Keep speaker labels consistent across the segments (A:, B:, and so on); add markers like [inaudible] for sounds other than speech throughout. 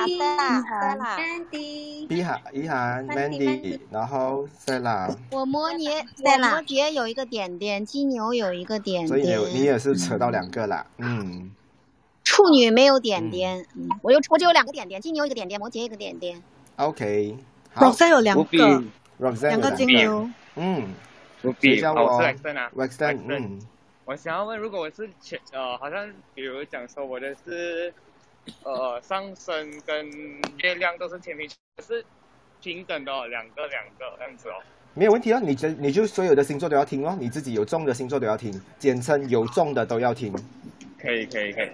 A: Mandy，
B: Stella
A: ，Mandy，
C: 一涵、一涵、Mandy，然后 Sela，
B: 我摩羯，我
A: Stella
B: 摩羯有一个点点，金牛有一个点
C: 所以你有你
B: 点，
C: 也是扯到两个啦，嗯，
B: 处女没有点点，嗯，我就我只有两个点点，金牛一个点点，摩羯一个点点。
C: OK，好
D: Roxanne 有两
E: 不必
D: 个，
C: ，Roxanne
D: 两个
C: 有
D: 金牛，
C: 嗯
E: 不必，
C: 谁教
E: 好
C: 我
E: 我是 X 啊。
C: ，Roxanne，
E: Roxanne
C: 嗯，
E: 我想要问，如果我是前呃，好像比如讲说我的是呃上升跟月亮都是天平，是平等的、哦，两个两个这样子哦。
C: 没有问题哦，你就你就所有的星座都要听哦，你自己有中的星座都要听，简称有中的都要听。
E: 可以可以可以。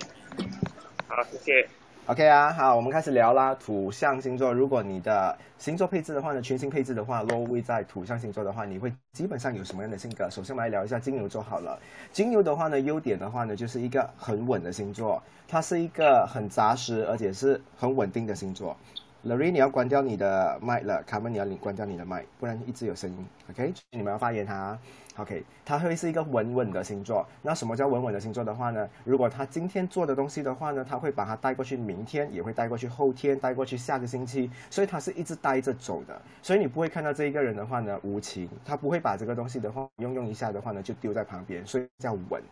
E: 好，谢谢。
C: OK 啊，好，我们开始聊啦。土象星座，如果你的星座配置的话呢，全星配置的话落位在土象星座的话，你会基本上有什么样的性格？首先我们来聊一下金牛座好了。金牛的话呢，优点的话呢，就是一个很稳的星座，它是一个很扎实而且是很稳定的星座。Larry，你要关掉你的麦了，卡门你要你关掉你的麦，不然一直有声音。OK，你们要发言哈、OK，它会是一个稳稳的星座。那什么叫稳稳的星座的话呢？如果他今天做的东西的话呢，他会把它带过去，明天也会带过去，后天带过去，下个星期，所以他是一直带着走的。所以你不会看到这一个人的话呢无情，他不会把这个东西的话用用一下的话呢就丢在旁边，所以叫稳。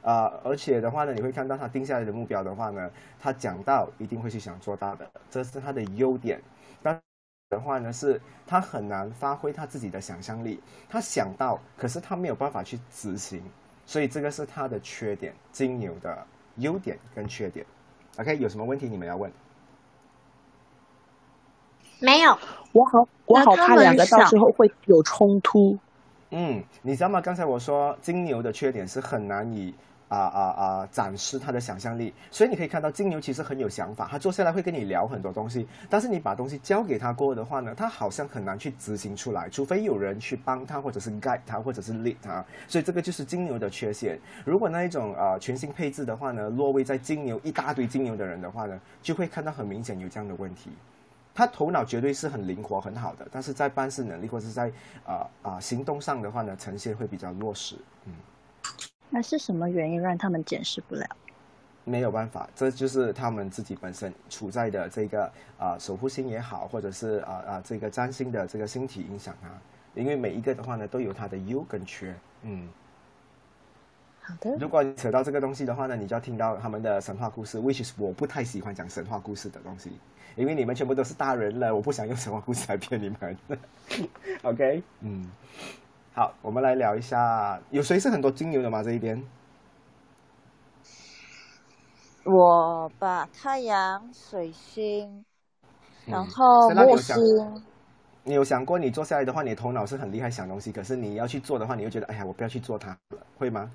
C: 啊、而且的话呢，你会看到他定下来的目标的话呢，他讲到一定会去想做到的，这是他的优点。但的话呢，是他很难发挥他自己的想象力，他想到，可是他没有办法去执行，所以这个是他的缺点。金牛的优点跟缺点，OK，有什么问题你们要问？
A: 没有，
F: 我好，我好怕两个到时候会有冲突。
C: 嗯，你知道吗？刚才我说金牛的缺点是很难以啊啊啊展示他的想象力，所以你可以看到金牛其实很有想法，他坐下来会跟你聊很多东西，但是你把东西交给他过后的话呢，他好像很难去执行出来，除非有人去帮他，或者是 guide 他，或者是 lead 他，所以这个就是金牛的缺陷。如果那一种啊、呃全新配置的话呢，落位在金牛一大堆金牛的人的话呢，就会看到很明显有这样的问题。他头脑绝对是很灵活、很好的，但是在办事能力或者是在啊啊、行动上的话呢，呈现会比较弱势。嗯，
F: 那是什么原因让他们解释不了？
C: 没有办法，这就是他们自己本身处在的这个啊、守护星也好，或者是啊啊、这个占星的这个星体影响他，因为每一个的话呢都有它的优跟缺。嗯，
F: 好的，
C: 如果你扯到这个东西的话呢，你就要听到他们的神话故事，which is 我不太喜欢讲神话故事的东西，因为你们全部都是大人了，我不想用神话故事来骗你们。OK，嗯，好，我们来聊一下，有谁是很多金牛的吗？这一边
B: 我
G: 把太阳、水星，
C: 嗯
G: 然后
C: 所以那你有
G: 木
C: 想
G: 星，
C: 你有想过，你坐下来的话，你的头脑是很厉害想东西，可是你要去做的话，你又觉得，哎呀，我不要去做它了，会吗？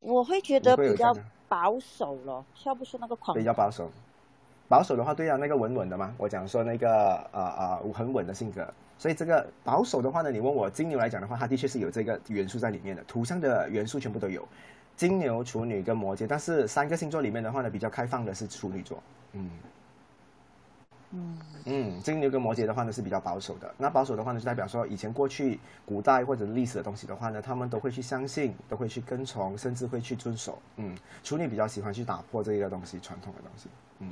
G: 我会觉得
C: 你会有
G: 比较
C: 这样
G: 保守咯，要不是那个狂
C: 比较保守。保守的话，对啊，那个稳稳的嘛，我讲说那个呃呃很稳的性格，所以这个保守的话呢，你问我金牛来讲的话，它的确是有这个元素在里面的，土象的元素全部都有，金牛、处女跟摩羯，但是三个星座里面的话呢，比较开放的是处女座，嗯。嗯，金牛跟摩羯的话呢是比较保守的。那保守的话呢，就代表说以前过去古代或者历史的东西的话呢，他们都会去相信，都会去跟从，甚至会去遵守。嗯，处女比较喜欢去打破这个东西，传统的东西。嗯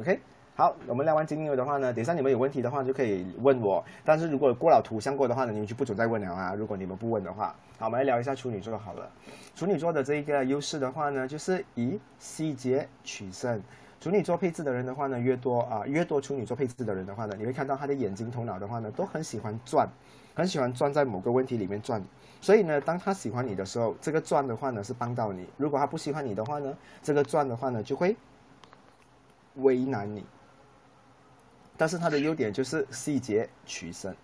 C: ，OK。好，我们聊完金牛的话呢，等一下你们有问题的话就可以问我。但是如果过了图像过的话呢，你们就不准再问了啊。如果你们不问的话，好，我们来聊一下处女座好了。处女座的这一个优势的话呢，就是以细节取胜。处女座配置的人的话呢，越多啊、越多处女座配置的人的话呢，你会看到他的眼睛、头脑的话呢，都很喜欢转，很喜欢钻在某个问题里面转。所以呢，当他喜欢你的时候，这个转的话呢是帮到你；如果他不喜欢你的话呢，这个转的话呢就会为难你。但是它的优点就是细节取胜，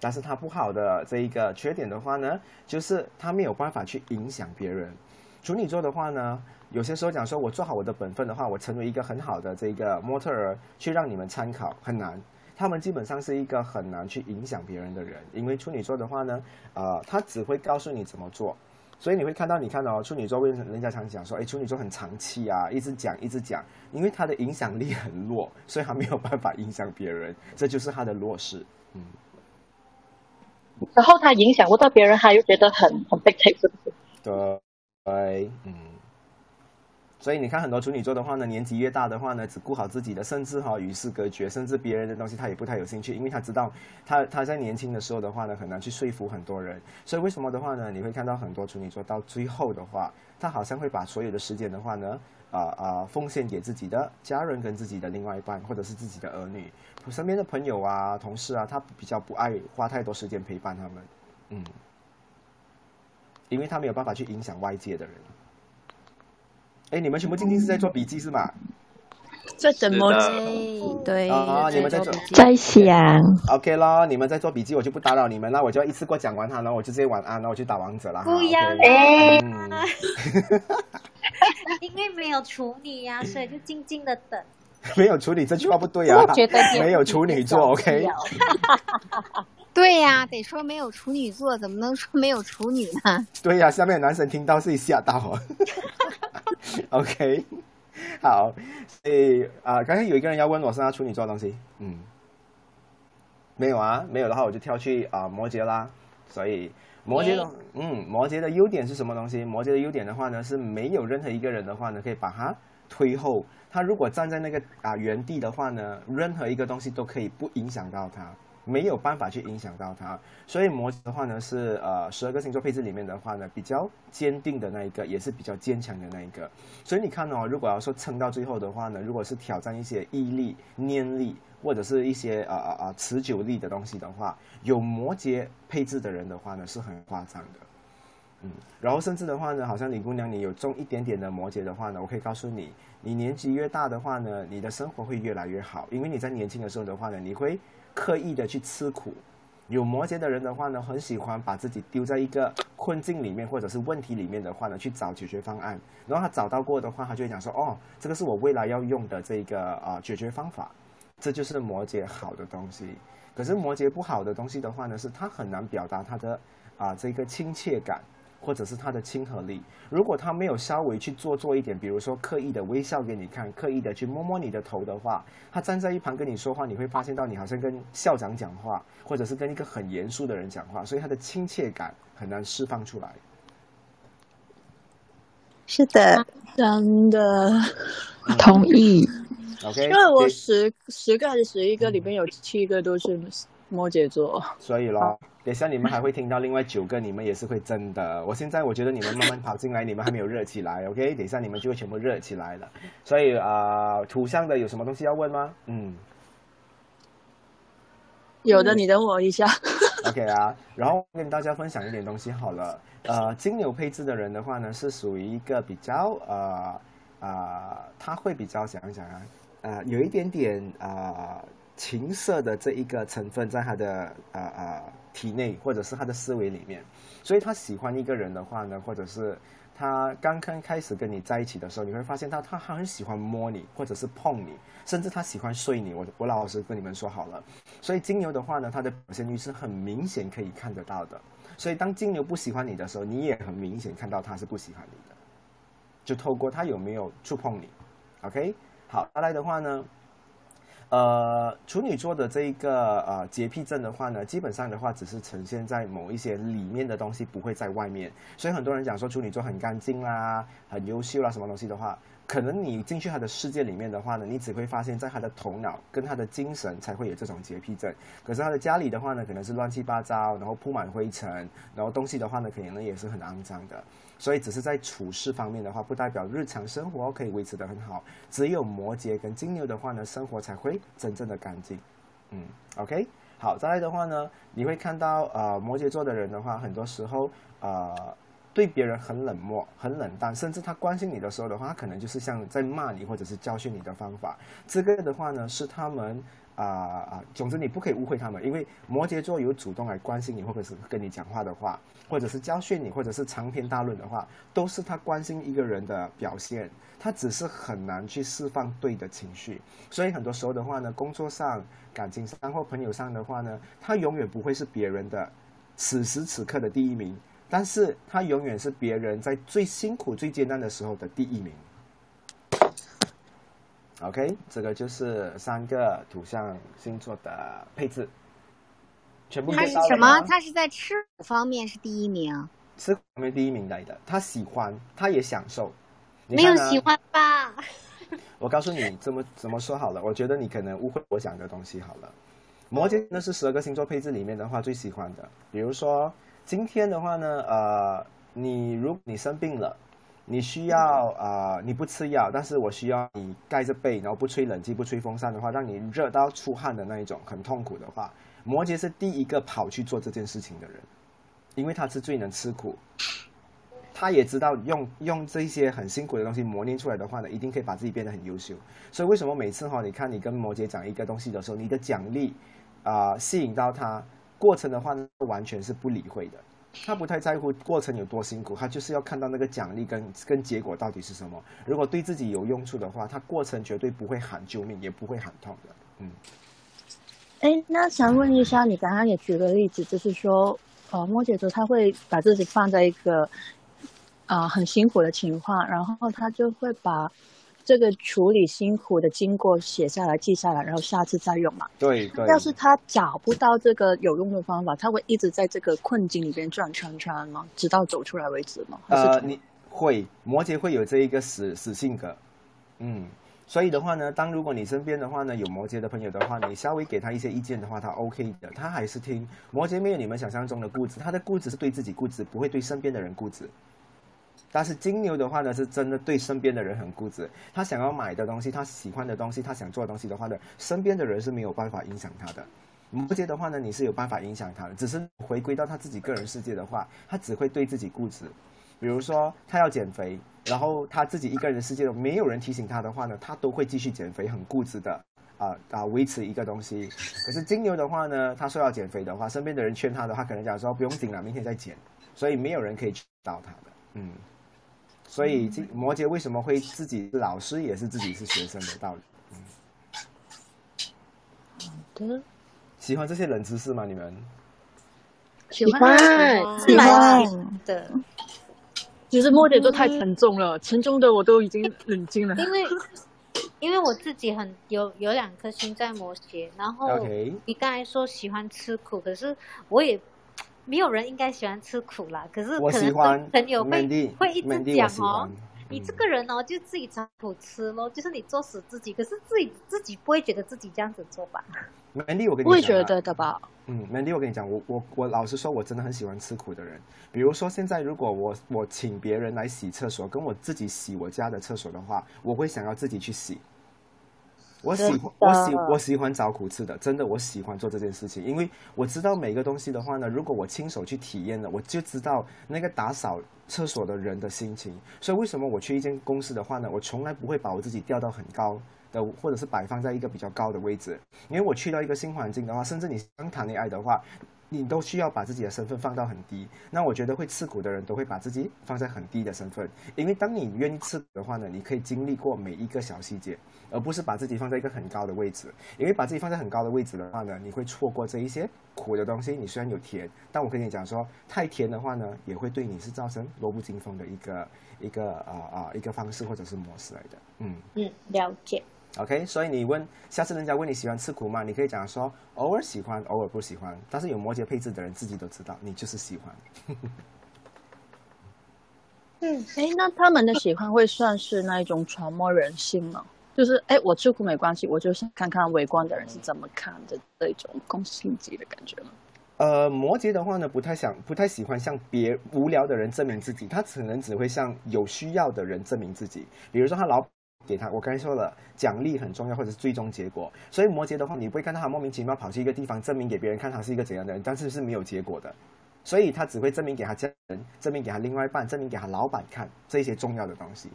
C: 但是它不好的这一个缺点的话呢，就是它没有办法去影响别人。处女座的话呢，有些时候讲说我做好我的本分的话，我成为一个很好的这个模特儿去让你们参考很难。他们基本上是一个很难去影响别人的人，因为处女座的话呢，呃，他只会告诉你怎么做，所以你会看到，你看哦，处女座为什么人家常讲说，哎，处女座很长气啊，一直讲一直讲，因为他的影响力很弱，所以他没有办法影响别人，这就是他的弱势。嗯，
H: 然后他影响不到别人，他又觉得很很被 take，是不是？
C: 对，嗯，所以你看，很多处女座的话呢，年纪越大的话呢，只顾好自己的，甚至哈、与世隔绝，甚至别人的东西他也不太有兴趣，因为他知道他 [laughs] 他在年轻的时候的话呢，很难去说服很多人。所以为什么的话呢，你会看到很多处女座到最后的话，他好像会把所有的时间的话呢，啊、啊、奉献给自己的家人跟自己的另外一半，或者是自己的儿女，身边的朋友啊、同事啊，他比较不爱花太多时间陪伴他们，嗯，因为他没有办法去影响外界的人。哎，你们全部静静是在做笔记是吗？
D: 这怎么
A: 哎
I: 是的
D: 记？嗯对，
C: 啊你们在
D: 做
C: 做
D: 笔记
J: 在想，
C: OK 咯，你们在做笔记，我就不打扰你们了，我就要一次过讲完它，然后我就直接晚安，然后我去打王者了。
A: 不要
C: 哈，OK
A: 啦
H: 哎
C: 嗯， [laughs]
A: 因为没有处理呀、所以就静静的等。
C: 没有处理这句话不对啊
H: 我觉得，也
C: [laughs] 没有处女座，OK，
B: 对呀、得说没有处女座，怎么能说没有处女呢？
C: 对呀、下面的男生听到自己吓到哦 [laughs] ，OK，好，所以啊、刚才有一个人要问我是他处女座的东西，嗯，没有啊，没有的话我就跳去啊、摩羯啦，所以。摩羯的嗯，摩羯的优点是什么东西？摩羯的优点的话呢，是没有任何一个人的话呢，可以把它推后。他如果站在那个啊、原地的话呢，任何一个东西都可以不影响到他，没有办法去影响到他。所以摩羯的话呢，是呃十二个星座配置里面的话呢，比较坚定的那一个，也是比较坚强的那一个。所以你看哦，如果要说撑到最后的话呢，如果是挑战一些毅力、念力或者是一些啊啊啊持久力的东西的话，有摩羯配置的人的话呢，是很夸张的。嗯，然后甚至的话呢，好像李姑娘你有中一点点的摩羯的话呢，我可以告诉你，你年纪越大的话呢，你的生活会越来越好，因为你在年轻的时候的话呢，你会刻意的去吃苦。有摩羯的人的话呢，很喜欢把自己丢在一个困境里面或者是问题里面的话呢，去找解决方案。然后他找到过的话，他就会讲说，哦，这个是我未来要用的这个啊、呃解决方法，这就是摩羯好的东西。可是摩羯不好的东西的话呢，是他很难表达他的啊、这个亲切感，或者是他的亲和力。如果他没有稍微去做做一点，比如说刻意的微笑给你看，刻意的去摸摸你的头的话，他站在一旁跟你说话，你会发现到你好像跟校长讲话，或者是跟一个很严肃的人讲话，所以他的亲切感很难释放出来。
J: 是的，
D: 真的，
J: 同意。
C: OK，
D: 因为我
C: 对
D: 十十个还是十一个里边有七个都是摩羯座，
C: [laughs] 所以咯，等一下你们还会听到另外九个，你们也是会真的。我现在我觉得你们慢慢跑进来，你们还没有热起来，OK？等一下你们就会全部热起来了。所以啊、土象的有什么东西要问吗？嗯
D: 有的你等我一下。
C: ，OK 啊。然后跟大家分享一点东西好了。呃，金牛配置的人的话呢，是属于一个比较呃呃，他会比较想一想啊，呃，有一点点呃情色的这一个成分在他的呃呃体内或者是他的思维里面。所以他喜欢一个人的话呢，或者是他刚刚开始跟你在一起的时候，你会发现他他他很喜欢摸你，或者是碰你，甚至他喜欢睡你。我我老实跟你们说好了，所以金牛的话呢，他的表现欲是很明显可以看得到的。所以当金牛不喜欢你的时候，你也很明显看到他是不喜欢你的，就透过他有没有触碰你。OK，好，再来的话呢，呃，处女座的这一个呃洁癖症的话呢，基本上的话只是呈现在某一些里面的东西，不会在外面。所以很多人讲说处女座很干净啦，很优秀啊啦，什么东西的话，可能你进去他的世界里面的话呢，你只会发现在他的头脑跟他的精神才会有这种洁癖症。可是他的家里的话呢，可能是乱七八糟，然后铺满灰尘，然后东西的话呢，可能也是很肮脏的。所以只是在处事方面的话，不代表日常生活可以维持得很好。只有摩羯跟金牛的话呢，生活才会真正的干净。嗯，OK，好，再来的话呢，你会看到呃，摩羯座的人的话，很多时候呃，对别人很冷漠、很冷淡，甚至他关心你的时候的话，他可能就是像在骂你或者是教训你的方法。这个的话呢，是他们。啊啊、总之你不可以误会他们，因为摩羯座有主动来关心你，或者是跟你讲话的话，或者是教训你，或者是长篇大论的话，都是他关心一个人的表现。他只是很难去释放对的情绪，所以很多时候的话呢，工作上、感情上或朋友上的话呢，他永远不会是别人的此时此刻的第一名，但是他永远是别人在最辛苦、最艰难的时候的第一名。OK，这个就是三个土象星座的配置，全部
B: 他
C: 念
B: 是
C: 到了
B: 什么？
C: 吗
B: 他是在吃苦方面是第一名，
C: 是排名第一名来的，他喜欢，他也享受，你
A: 没有
C: 看啊
A: 喜欢吧？
C: 我告诉你怎么怎么说好了，我觉得你可能误会我讲的东西好了。摩羯呢是十二个星座配置里面的话最喜欢的，比如说今天的话呢，呃，你如果你生病了，你需要呃你不吃药，但是我需要你盖着被，然后不吹冷气不吹风扇的话，让你热到出汗的那一种很痛苦的话，摩羯是第一个跑去做这件事情的人，因为他是最能吃苦，他也知道用用这些很辛苦的东西磨练出来的话呢，一定可以把自己变得很优秀。所以为什么每次哈、你看你跟摩羯讲一个东西的时候，你的奖励啊、吸引到他，过程的话呢完全是不理会的，他不太在乎过程有多辛苦，他就是要看到那个奖励跟跟结果到底是什么。如果对自己有用处的话，他过程绝对不会喊救命，也不会喊痛的。嗯，
F: 哎，那想问一下，你刚刚也举了例子，就是说，呃，摩羯座他会把自己放在一个，呃，很辛苦的情况，然后他就会把这个处理辛苦的经过写下来、记下来，然后下次再用嘛。
C: 对对。
F: 要是他找不到这个有用的方法，他会一直在这个困境里边转圈圈吗？直到走出来为止吗？还是
C: 呃，
F: 怎么
C: 你会摩羯会有这一个死死性格，嗯，所以的话呢，当如果你身边的话呢有摩羯的朋友的话，你稍微给他一些意见的话，他 OK 的，他还是听。摩羯没有你们想象中的固执，他的固执是对自己固执，不会对身边的人固执。但是金牛的话呢，是真的对身边的人很固执。他想要买的东西，他喜欢的东西，他想做的东西的话呢，身边的人是没有办法影响他的。摩羯的话呢，你是有办法影响他的，只是回归到他自己个人世界的话，他只会对自己固执。比如说他要减肥，然后他自己一个人世界中没有人提醒他的话呢，他都会继续减肥，很固执的啊啊、维持一个东西。可是金牛的话呢，他说要减肥的话，身边的人劝他的话，可能讲说不用紧了，明天再减，所以没有人可以劝到他的，嗯。所以金摩羯为什么会自己是老师也是自己是学生的道理？嗯
F: 的呢？
C: 喜欢这些冷知识吗？你们？
F: 喜
H: 欢
A: 是蛮
B: 哇
A: 喜欢的，
D: 其实摩羯座太沉重了，沉重的我都已经冷
C: [laughs]
D: 静了。
A: 因为因为我自己很有有两颗心在摩羯，然后
C: OK
A: 你刚才说喜欢吃苦，可是我也没有人应该喜欢吃苦啦。可是
C: 我
A: 可
C: 喜
A: 能
C: 欢
A: 跟朋友会
C: Mandy，
A: 会一直
C: Mandy，我
A: 讲
C: 喜
A: 哦
C: 欢。。
A: 你
C: 嗯
A: 这个人哦，就自己找苦吃咯，就是你作死自己，可是自己自己不会觉得自己这样子做吧？
C: Mandy，我跟你
F: 不会
C: 讲
F: 觉
C: 啊
F: 得的吧？
C: 嗯，Mandy，我跟你讲，我我我老实说，我真的很喜欢吃苦的人。比如说，现在如果我我请别人来洗厕所，跟我自己洗我家的厕所的话，我会想要自己去洗。我喜欢我喜我喜欢找苦吃的，真的，我喜欢做这件事情，因为我知道每个东西的话呢，如果我亲手去体验了，我就知道那个打扫厕所的人的心情。所以为什么我去一间公司的话呢，我从来不会把我自己调到很高的，或者是摆放在一个比较高的位置，因为我去到一个新环境的话，甚至你刚谈恋爱的话，你都需要把自己的身份放到很低。那我觉得会吃苦的人都会把自己放在很低的身份，因为当你愿意吃苦的话呢，你可以经历过每一个小细节，而不是把自己放在一个很高的位置。因为把自己放在很高的位置的话呢，你会错过这一些苦的东西。你虽然有甜，但我跟你讲说，太甜的话呢，也会对你是造成弱不禁风的一个一个啊啊、一个方式或者是模式来的。嗯。
A: 嗯，了解。
C: OK，所以你问，下次人家问你喜欢吃苦吗？你可以讲说偶尔喜欢，偶尔不喜欢。但是有摩羯配置的人自己都知道，你就是喜欢。
F: 哎，那他们的喜欢会算是那一种揣摩人心吗？就是哎，诶我吃苦没关系，我就想看看围观的人是怎么看的这种公信级的感觉吗？
C: 呃，摩羯的话呢，不太想，不太喜欢向别无聊的人证明自己，他可能只会向有需要的人证明自己。比如说他老板给他，我刚才说了，奖励很重要，或者是最终结果。所以摩羯的话，你不会看到他莫名其妙跑去一个地方证明给别人看他是一个怎样的人，但是是没有结果的。所以他只会证明给他家人，证明给他另外一半，证明给他老板看这些重要的东西。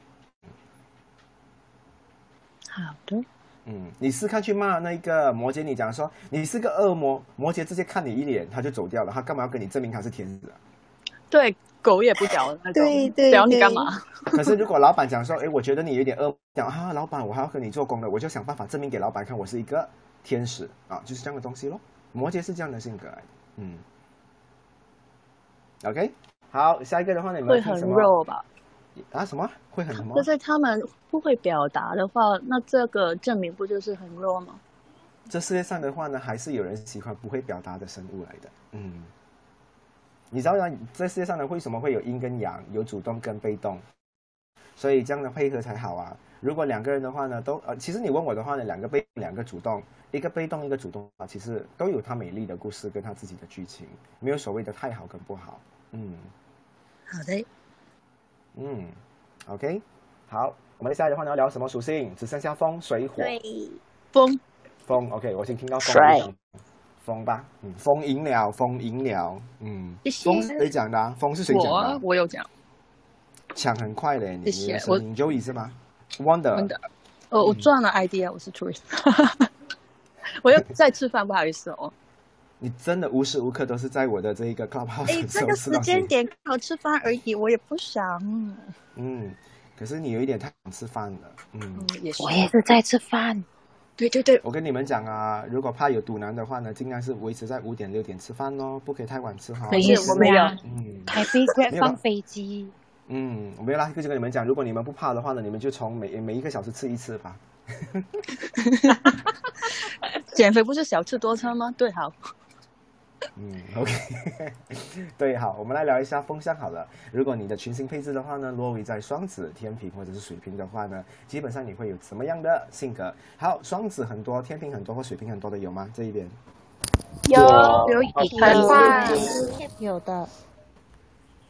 F: 好的，
C: 嗯，你试看去骂那个摩羯，你讲说你是个恶魔，摩羯直接看你一脸，他就走掉了，他干嘛要跟你证明他是天使啊？
F: 对，狗也不屌的那种，
B: 对对
F: 屌你干
C: [laughs]
F: 嘛？
C: 可是如果老板讲说，哎，我觉得你有点恶魔，讲啊，老板，我还要跟你做工了，我就想办法证明给老板看我是一个天使啊，就是这样的东西咯。摩羯是这样的性格来的，嗯。OK，好，下一个的话，你们
F: 会
C: 要听
F: 很
C: 什么
F: 肉吧？
C: 啊？什么会很什么
F: 就？在他们不会表达的话，那这个证明不就是很弱吗？
C: 这世界上的话呢，还是有人喜欢不会表达的生物来的。嗯，你知道吗？这世界上呢，为什么会有阴跟阳，有主动跟被动？所以这样的配合才好啊。如果两个人的话呢，都呃，其实你问我的话呢，两个被两个主动，一个被动，一个主动啊，其实都有它美丽的故事跟它自己的剧情，没有所谓的太好跟不好。嗯
A: 好的，
C: 嗯，OK，好，我们接下来的话呢要聊什么属性？只剩下风、水、火、
B: 对，
D: 风
C: 风。OK，我先听到风
B: 水
C: 就想风吧，嗯，风赢了，风赢了，嗯
D: 谢，谢
C: 风是谁讲的啊？风是谁讲
D: 我
C: 的啊
D: 啊？我有讲
C: 抢很快嘞，你
D: 谢
C: 你
D: 谢
C: 的声音 Joey 是吗？Wonder，
D: 真的，呃
G: 嗯
D: 我我赚了 idea，我是 tourist，我又在吃饭，不好意思哦。
C: 你真的无时无刻都是在我的这一个 clubhouse
F: 哎，这个
C: 收拾
F: 时
C: 东西
F: 间点刚好吃饭而已，我也不想。
C: 嗯，可是你有一点太想吃饭了，嗯
D: 嗯，，也是
G: 我，也是在吃饭，
D: 对对对，
C: 我跟你们讲啊，如果怕有堵男的话呢，尽量是维持在五点六点吃饭咯，不可以太晚吃哈。
D: 没事，我没有。
A: 啊
C: 嗯
G: 台北
C: 没
G: Grab
C: 有吧
G: 放飞机，
C: 嗯，我没有啦，就是跟你们讲，如果你们不怕的话呢，你们就从每每一个小时吃一次吧。
D: 减肥不是少吃多餐吗？对，好，
C: 嗯，OK，对，好，我们来聊一下风向好了。如果你的群星配置的话呢，落位在双子、天平或者是水瓶的话呢，基本上你会有什么样的性格？好，双子很多，天平很多或水瓶很多的有吗？这一边
H: 有
B: 有
H: 好
B: 一
H: 看
B: 个
H: 吧？
G: 有的，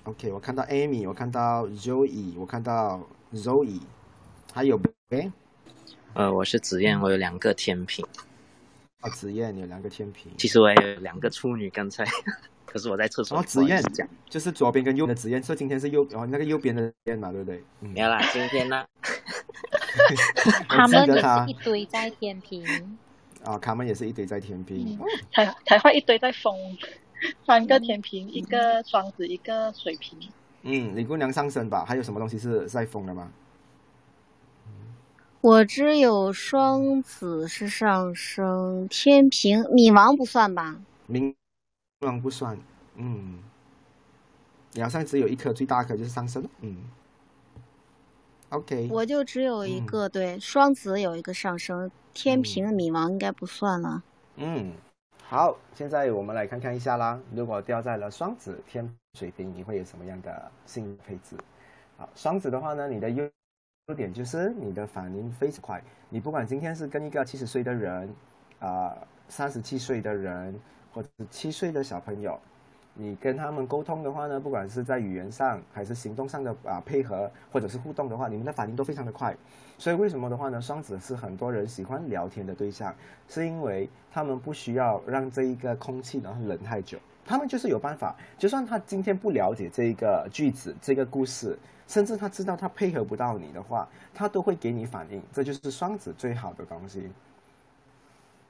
C: ，OK，我看到 Amy，我看到 Joey，我看到 Zoe，还有诶，
I: 呃，我是子燕，我有两个天平，
C: 啊，子燕有两个天平，
I: 其实我也有两个处女，刚才，可是我在厕所。
C: 哦，子燕
I: 不好意思讲，
C: 就是左边跟右边的子燕，所以今天是右哦那个右边的子燕嘛，对不对？嗯
I: 没，有啦，今天呢，
G: 他们
C: 记
G: 也
C: 得
G: 是
C: 他
G: 一堆在天平，
C: 啊，卡门也是一堆在天
G: 嗯
C: 平，
H: 才才会一堆在疯，三个天
D: 嗯
H: 平，一个双子，一个水瓶。
C: 嗯，李姑娘上身吧，还有什么东西是在疯的吗？
B: 我只有双子是上升，天平、冥王不算吧？
C: 冥王不算，嗯，鸟上只有一颗，最大颗就是上升，嗯。OK，
B: 我就只有一
C: 嗯
B: 个，对，双子有一个上升，天平、
C: 嗯
B: 冥王应该不算了。
C: 嗯，好，现在我们来看看一下啦。如果掉在了双子、天水瓶，你会有什么样的性配置？好，双子的话呢，你的优优点就是你的反应非常快。你不管今天是跟一个七十岁的人，啊、3三十七岁的人，或者是七岁的小朋友，你跟他们沟通的话呢，不管是在语言上还是行动上的啊、配合，或者是互动的话，你们的反应都非常的快。所以为什么的话呢？双子是很多人喜欢聊天的对象，是因为他们不需要让这一个空气然后冷太久，他们就是有办法。就算他今天不了解这一个句子、这个故事，甚至他知道他配合不到你的话，他都会给你反应。这就是双子最好的东西。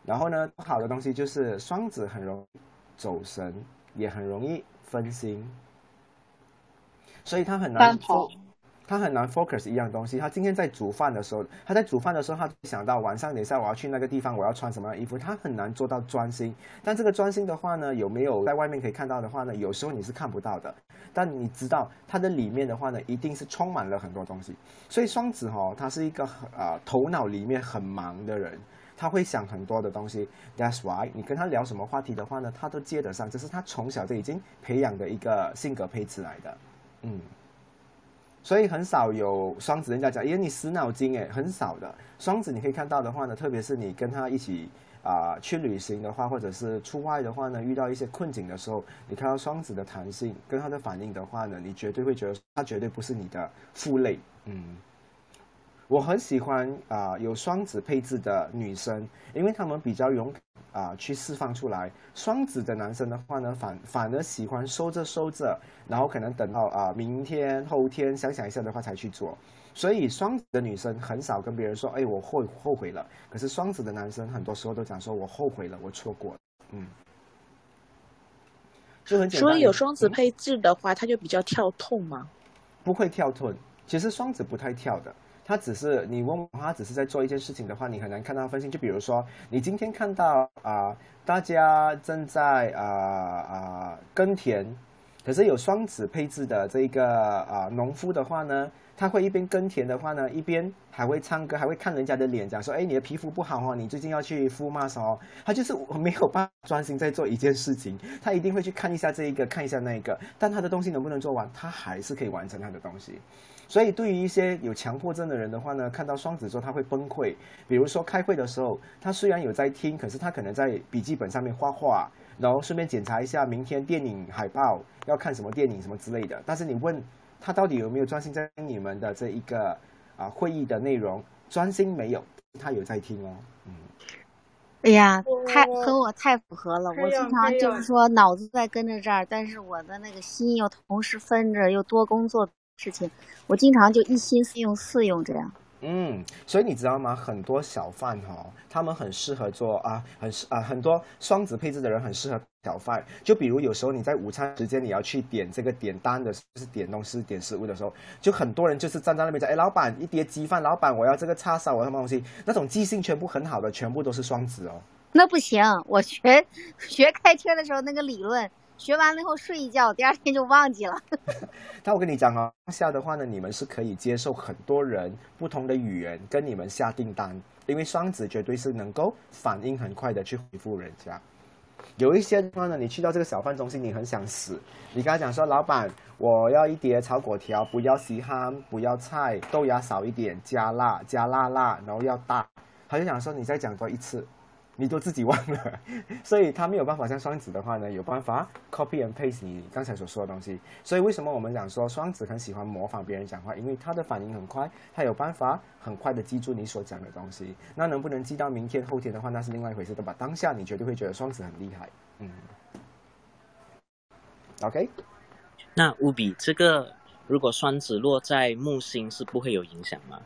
C: 然后呢，好的东西就是双子很容易走神，也很容易分心，所以他很难
H: 蛋疼
C: 他很难 focus 一样东西。他今天在煮饭的时候，他在煮饭的时候，他就想到晚上等一下我要去那个地方，我要穿什么样的衣服，他很难做到专心。但这个专心的话呢，有没有在外面可以看到的话呢？有时候你是看不到的，但你知道它的里面的话呢，一定是充满了很多东西。所以双子哦，他是一个很呃头脑里面很忙的人。他会想很多的东西，That's why 你跟他聊什么话题的话呢，他都接得上，这是他从小就已经培养的一个性格配置来的，嗯。所以很少有双子人家讲，因为哎你死脑筋诶，很少的。双子你可以看到的话呢，特别是你跟他一起啊、去旅行的话，或者是出外的话呢，遇到一些困境的时候，你看到双子的弹性跟他的反应的话呢，你绝对会觉得他绝对不是你的负累，嗯。我很喜欢啊、有双子配置的女生，因为她们比较勇敢啊、去释放出来。双子的男生的话呢，反反而喜欢收着收着，然后可能等到啊、明天后天想想一下的话才去做。所以双子的女生很少跟别人说，哎，我后后悔了。可是双子的男生很多时候都讲说，我后悔了，我错过了，嗯，就
G: 嗯
C: 很简单。
D: 所以有双子配置的话，它就比较跳痛嘛。
C: 不会跳臀，其实双子不太跳的。他只是你问我他只是在做一件事情的话，你很难看到他分心。就比如说，你今天看到啊、大家正在啊啊啊、耕田，可是有双子配置的这一个啊、农夫的话呢，他会一边耕田的话呢，一边还会唱歌，还会看人家的脸，讲说：“哎，你的皮肤不好哦，你最近要去敷 mask 哦。”他就是没有办法专心在做一件事情，他一定会去看一下这一个，看一下那一个，但他的东西能不能做完，他还是可以完成他的东西。所以，对于一些有强迫症的人的话呢，看到双子座他会崩溃。比如说开会的时候，他虽然有在听，可是他可能在笔记本上面画画，然后顺便检查一下明天电影海报要看什么电影什么之类的。但是你问他到底有没有专心在听你们的这一个啊会议的内容，专心没有，他有在听哦。
B: 哎呀，太
A: 我
B: 和我太符合了。
A: 这
B: 我经
A: 样
B: 常
A: 这
B: 就
A: 样
B: 是说脑子在跟着这儿，但是我的那个心又同时分着，又多工作事情，我经常就一心四用四用这样。
C: 嗯，所以你知道吗？很多小贩哦，他们很适合做啊，很适啊，很多双子配置的人很适合小贩。就比如有时候你在午餐时间，你要去点这个点单的时候，就是点东西、点食物的时候，就很多人就是站在那边讲，哎，老板一碟鸡饭，老板我要这个叉烧，我要什么东西，那种记性全部很好的，全部都是双子哦。
B: 那不行，我学 [laughs] 学开车的时候那个理论，学完了以后睡一觉，第二天就忘记了。
C: 但我跟你讲哦，当下的话呢，你们是可以接受很多人不同的语言跟你们下订单，因为双子绝对是能够反应很快的去回复人家。有一些的话呢，你去到这个小贩中心，你很想死，你跟他讲说，老板，我要一碟炒粿条，不要稀罕，不要菜，豆芽少一点，加辣，加辣辣，然后要大。他就想说，你再讲多一次，你都自己忘了，所以他没有办法像双子的话呢，有办法 copy and paste 你刚才所说的东西。所以为什么我们讲说双子很喜欢模仿别人讲话，因为他的反应很快，他有办法很快的记住你所讲的东西。那能不能记到明天、后天的话，那是另外一回事，对吧？当下你绝对会觉得双子很厉害，嗯。OK，
I: 那乌比这个，如果双子落在木星是不会有影响吗？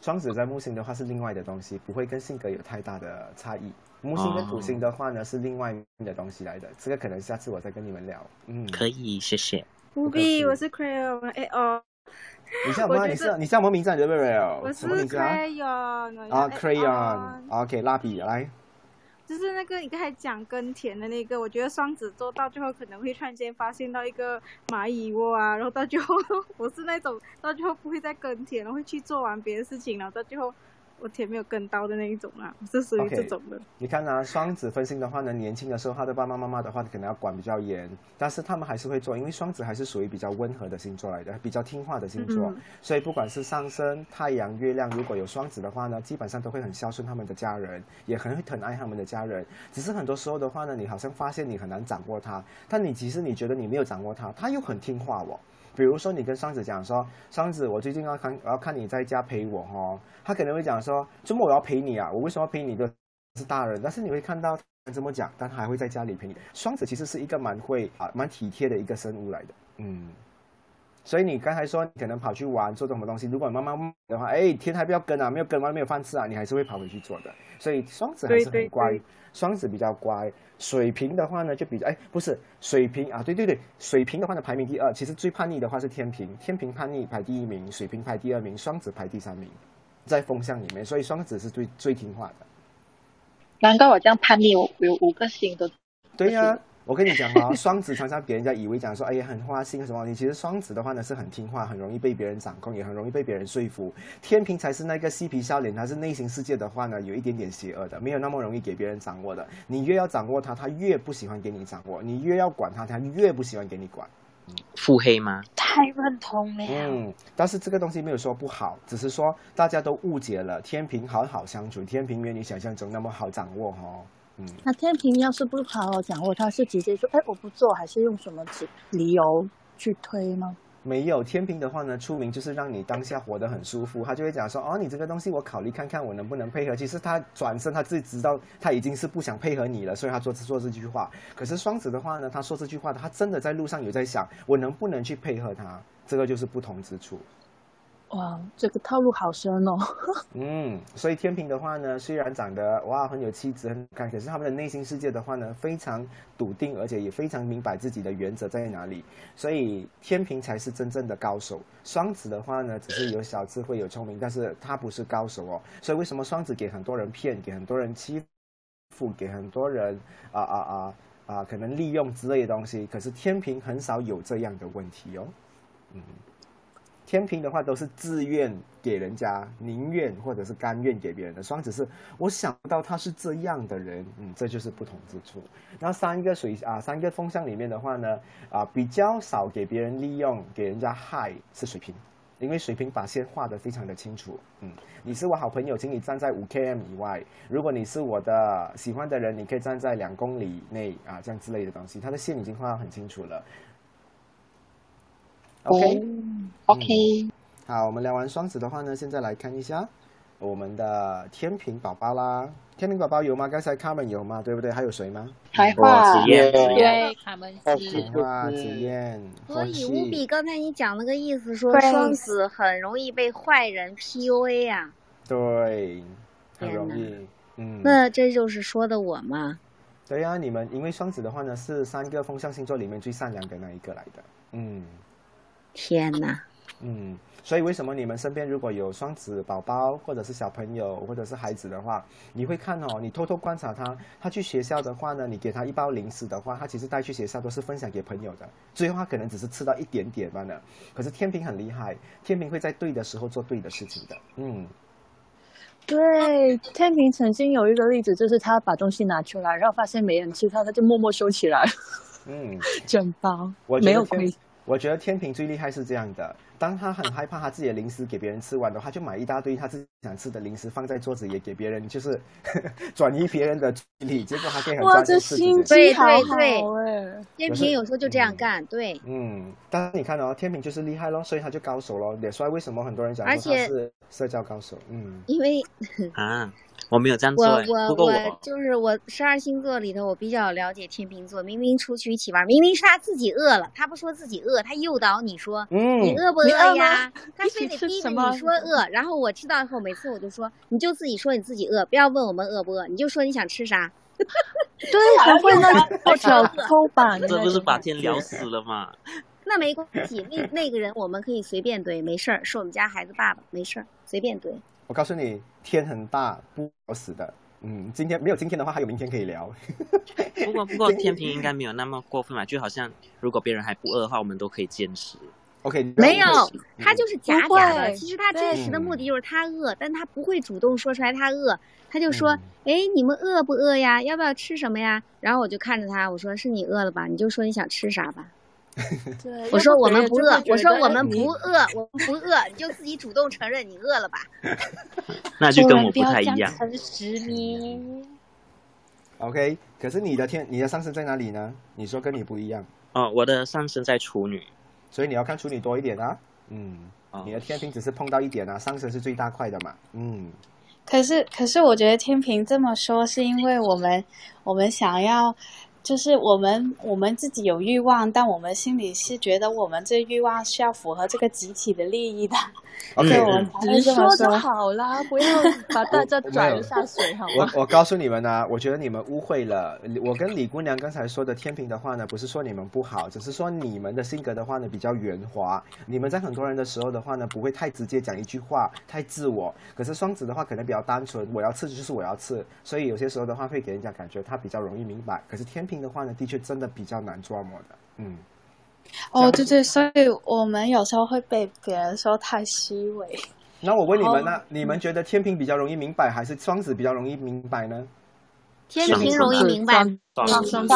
C: 双子在木星的话是另外的东西，嗯不会跟性格有太大的差异。木星跟土星的话呢、是另外的东西来的，这个可能下次我再跟你们聊。嗯，
I: [laughs] 可以，谢谢。
K: 不必，我是 Crayon，哎哦，
C: 你叫
K: 我
C: 什么？
K: 觉
C: 你
K: 得
C: 是你叫什么名字啊？你叫 Ariel？
K: 我
C: 什
K: 是
C: 么名字啊？
K: Crayon，我叫
C: 啊
K: A-O
C: ，crayon，OK，蜡笔来。
K: 就是那个你刚才讲耕田的那个，我觉得双子座到最后可能会突然间发现到一个蚂蚁窝啊，然后到最后 [laughs] 我是那种到最后不会再耕田了，会去做完别的事情，然后到最后我田没有耕到的那一种啊，我是属于
C: OK，
K: 这种的。
C: 你看啊，双子分心的话呢，年轻的时候他的爸爸妈妈的话可能要管比较严，但是他们还是会做，因为双子还是属于比较温和的星座来的，比较听话的星座，
K: 嗯
C: 所以不管是上升、太阳、月亮，如果有双子的话呢，基本上都会很孝顺他们的家人，也很会疼爱他们的家人。只是很多时候的话呢，你好像发现你很难掌握他，但你其实你觉得你没有掌握他，他又很听话哦。比如说你跟双子讲说，双子，我最近要看，我要看你在家陪我哦，他可能会讲说，周末我要陪你啊，我为什么要陪你的？是大人，但是你会看到他这么讲，但他还会在家里陪你。双子其实是一个蛮会啊、蛮体贴的一个生物来的，嗯。所以你刚才说你可能跑去玩做什么东西，如果妈妈骂你的话，哎，天还不要跟啊，没有跟完没有饭吃啊，你还是会跑回去做的。所以双子还
K: 对
C: 是很
K: 对
C: 乖，
K: 对
C: 双子比较乖。水瓶的话呢，就比较哎，不是水瓶啊，对对对，水瓶的话呢排名第二，其实最叛逆的话是天平，天平叛逆排第一名，水瓶排第二名，双子排第三名，在风向里面，所以双子是最最听话的。
H: 难怪我这样叛逆，我有五个星都
C: 对呀、我跟你讲啊，双子常常别人家以为讲说，哎呀很花心什么，你其实双子的话呢是很听话，很容易被别人掌控，也很容易被别人说服。天平才是那个嬉皮笑脸，他是内心世界的话呢有一点点邪恶的，没有那么容易给别人掌握的。你越要掌握他，他越不喜欢给你掌握；你越要管他，他越不喜欢给你管。
I: 腹黑吗？
G: 太认同
L: 哎
G: 了。
C: 嗯，但是这个东西没有说不好，只是说大家都误解了，天平好好相处，天平没有你想象中那么好掌握哦。嗯。
F: 那天平要是不好好掌握，他是直接说，哎，我不做，还是用什么指理由去推吗？
C: 没有天平的话呢，出名就是让你当下活得很舒服，他就会讲说哦，你这个东西我考虑看看我能不能配合。其实他转身他自己知道他已经是不想配合你了，所以他说说这句话。可是双子的话呢，他说这句话，他真的在路上有在想我能不能去配合他，这个就是不同之处。
F: 哇，这个套路好深 [laughs] 哦。
C: 嗯，所以天平的话呢，虽然长得哇很有气质、很好看，可是他们的内心世界的话呢，非常笃定，而且也非常明白自己的原则在哪里。所以天平才是真正的高手。双子的话呢，只是有小智慧、有聪明，但是他不是高手哦。所以为什么双子给很多人骗，给很多人欺负，给很多人啊啊啊啊，可能利用之类的东西？可是天平很少有这样的问题哦。嗯。天平的话都是自愿给人家，宁愿或者是甘愿给别人的。双子是我想不到他是这样的人，嗯，这就是不同之处。然后三个水啊，三个风向里面的话呢，啊，比较少给别人利用，给人家害是水瓶。因为水瓶把线画得非常的清楚，嗯，你是我好朋友，请你站在五 km 以外；如果你是我的喜欢的人，你可以站在两公里内啊，这样之类的东西，它的线已经画得很清楚了。OK，
H: 哦
C: 嗯
M: OK，
C: 好，我们聊完双子的话呢，现在来看一下我们的天平宝宝啦。天平宝宝有吗？刚才 Carmen 有吗？对不对？还有谁吗？
M: 还
B: 哎
I: 画我子燕子
B: 燕对卡门西
C: 子画子燕，
B: 所以
C: 欢
B: 乌
C: 喜
B: 比刚才你讲那个意思说，
C: 对
B: 双子很容易被坏人 PUA 呀、
C: 对，很
B: 天
C: 容
B: 哪
C: 易，嗯，
B: 那这就是说的我嘛。
C: 对呀、你们因为双子的话呢，是三个风象星座里面最善良的那一个来的。嗯
B: 天哪，
C: 嗯，所以为什么你们身边如果有双子宝宝或者是小朋友或者是孩子的话，你会看哦，你偷偷观察他，他去学校的话呢，你给他一包零食的话，他其实带去学校都是分享给朋友的，最后他可能只是吃到一点点罢了。可是天平很厉害，天平会在对的时候做对的事情的。嗯，
F: 对，天平曾经有一个例子，就是他把东西拿出来，然后发现没人吃他，他就默默收起来，
C: 嗯，
F: 整包
C: 我觉
F: 没
C: 得
F: 有
C: 天
F: 亏。
C: 我觉得天平最厉害是这样的，当他很害怕他自己的零食给别人吃完的话，就买一大堆他自己想吃的零食放在桌子也给别人，就是转移别人的注意力，结果他可以很专心吃自己的。
B: 对对对
F: 哎，
B: 天
C: 就是
B: 平有时候就这样干，对。
C: 嗯，但是你看哦，天平就是厉害咯，所以他就高手咯。也所以为什么很多人讲
B: 而
C: 说
B: 且
C: 他是社交高手？嗯，
B: 因为
I: 啊，我没有这样
B: 我
I: 做哎，
B: 我
I: 不过
B: 我就是我十二星座里头，我比较了解天秤座。明明出去一起玩，明明是他自己饿了，他不说自己饿，他诱导你说：“
C: 嗯
B: 你饿不
G: 你
B: 饿
G: 饿
B: 呀
G: 吗？”
B: 他
G: 一
B: 非
G: 起
B: 得
G: 吃
B: 逼着
G: 什么
B: 你说饿。然后我知道以后，每次我就说：“你就自己说你自己饿，不要问我们饿不饿，你就说你想吃啥。”对
F: 还 [laughs] 会那
B: 或者
F: 偷版
I: 啊这不是把天聊死了吗？
B: 那没关系，那那个人我们可以随便怼，没事儿，是我们家孩子爸爸，没事儿，随便
G: 嗯
B: 怼。
C: 我告诉你，天很大，不好死的。嗯，今天没有今天的话，还有明天可以聊。 [laughs]
I: 不过不过天平应该没有那么过分吧？就好像如果别人还不饿的话，我们都可以坚持。
C: OK，
B: 没有，他就是假
I: 不
B: 假的。
I: 会
B: 其实他真实的目的就是他饿，但他不会主动说出来他饿，他就
G: 嗯
C: 嗯
B: 说：“哎、你们饿不饿呀？要不要吃什么呀？”然后我就看着他，我说：“是你饿了吧？你就说你想吃
G: [laughs]
B: 啥吧。”
F: 对
B: 我说我们不饿，我说我们
F: 饿。
B: 不饿，我们不饿，你就自己主动承认你饿了吧。
I: 那就跟我不太一
B: 做人不要这
I: 样
B: 样。
G: 诚实你。
C: OK，可是你的天，你的上升在哪里呢？你说跟你不一样，
I: 哦，我的上升在处女，
C: 所以你要看处女多一点啊。嗯，你的天平只是碰到一点啊，上升是最大块的嘛。嗯，
M: 可是，可是我觉得天平这么说，是因为我们我们想要，就是我们我们自己有欲望，但我们心里是觉得我们这欲望是要符合这个集体的利益的，
C: OK，
M: 所以我们才会
F: 直
M: 这么
F: 说就好啦，不要把大家拽下水，好吗？
C: 我我告诉你们呢、我觉得你们误会了。我跟李姑娘刚才说的天平的话呢，不是说你们不好，只是说你们的性格的话呢比较圆滑。你们在很多人的时候的话呢，不会太直接讲一句话，太自我。可是双子的话可能比较单纯，我要吃就是我要吃，所以有些时候的话会给人家感觉他比较容易明白。可是天平的话呢，的确真的比较难捉摸的。嗯，
M: 哦，对对，所以我们有时候会被别人说太虚伪。
C: 那我问你们呢、
M: 哦
C: 你们觉得天平比较容易明白，还是双子比较容易明白呢？
B: 天平容易明白，
C: 双
B: 双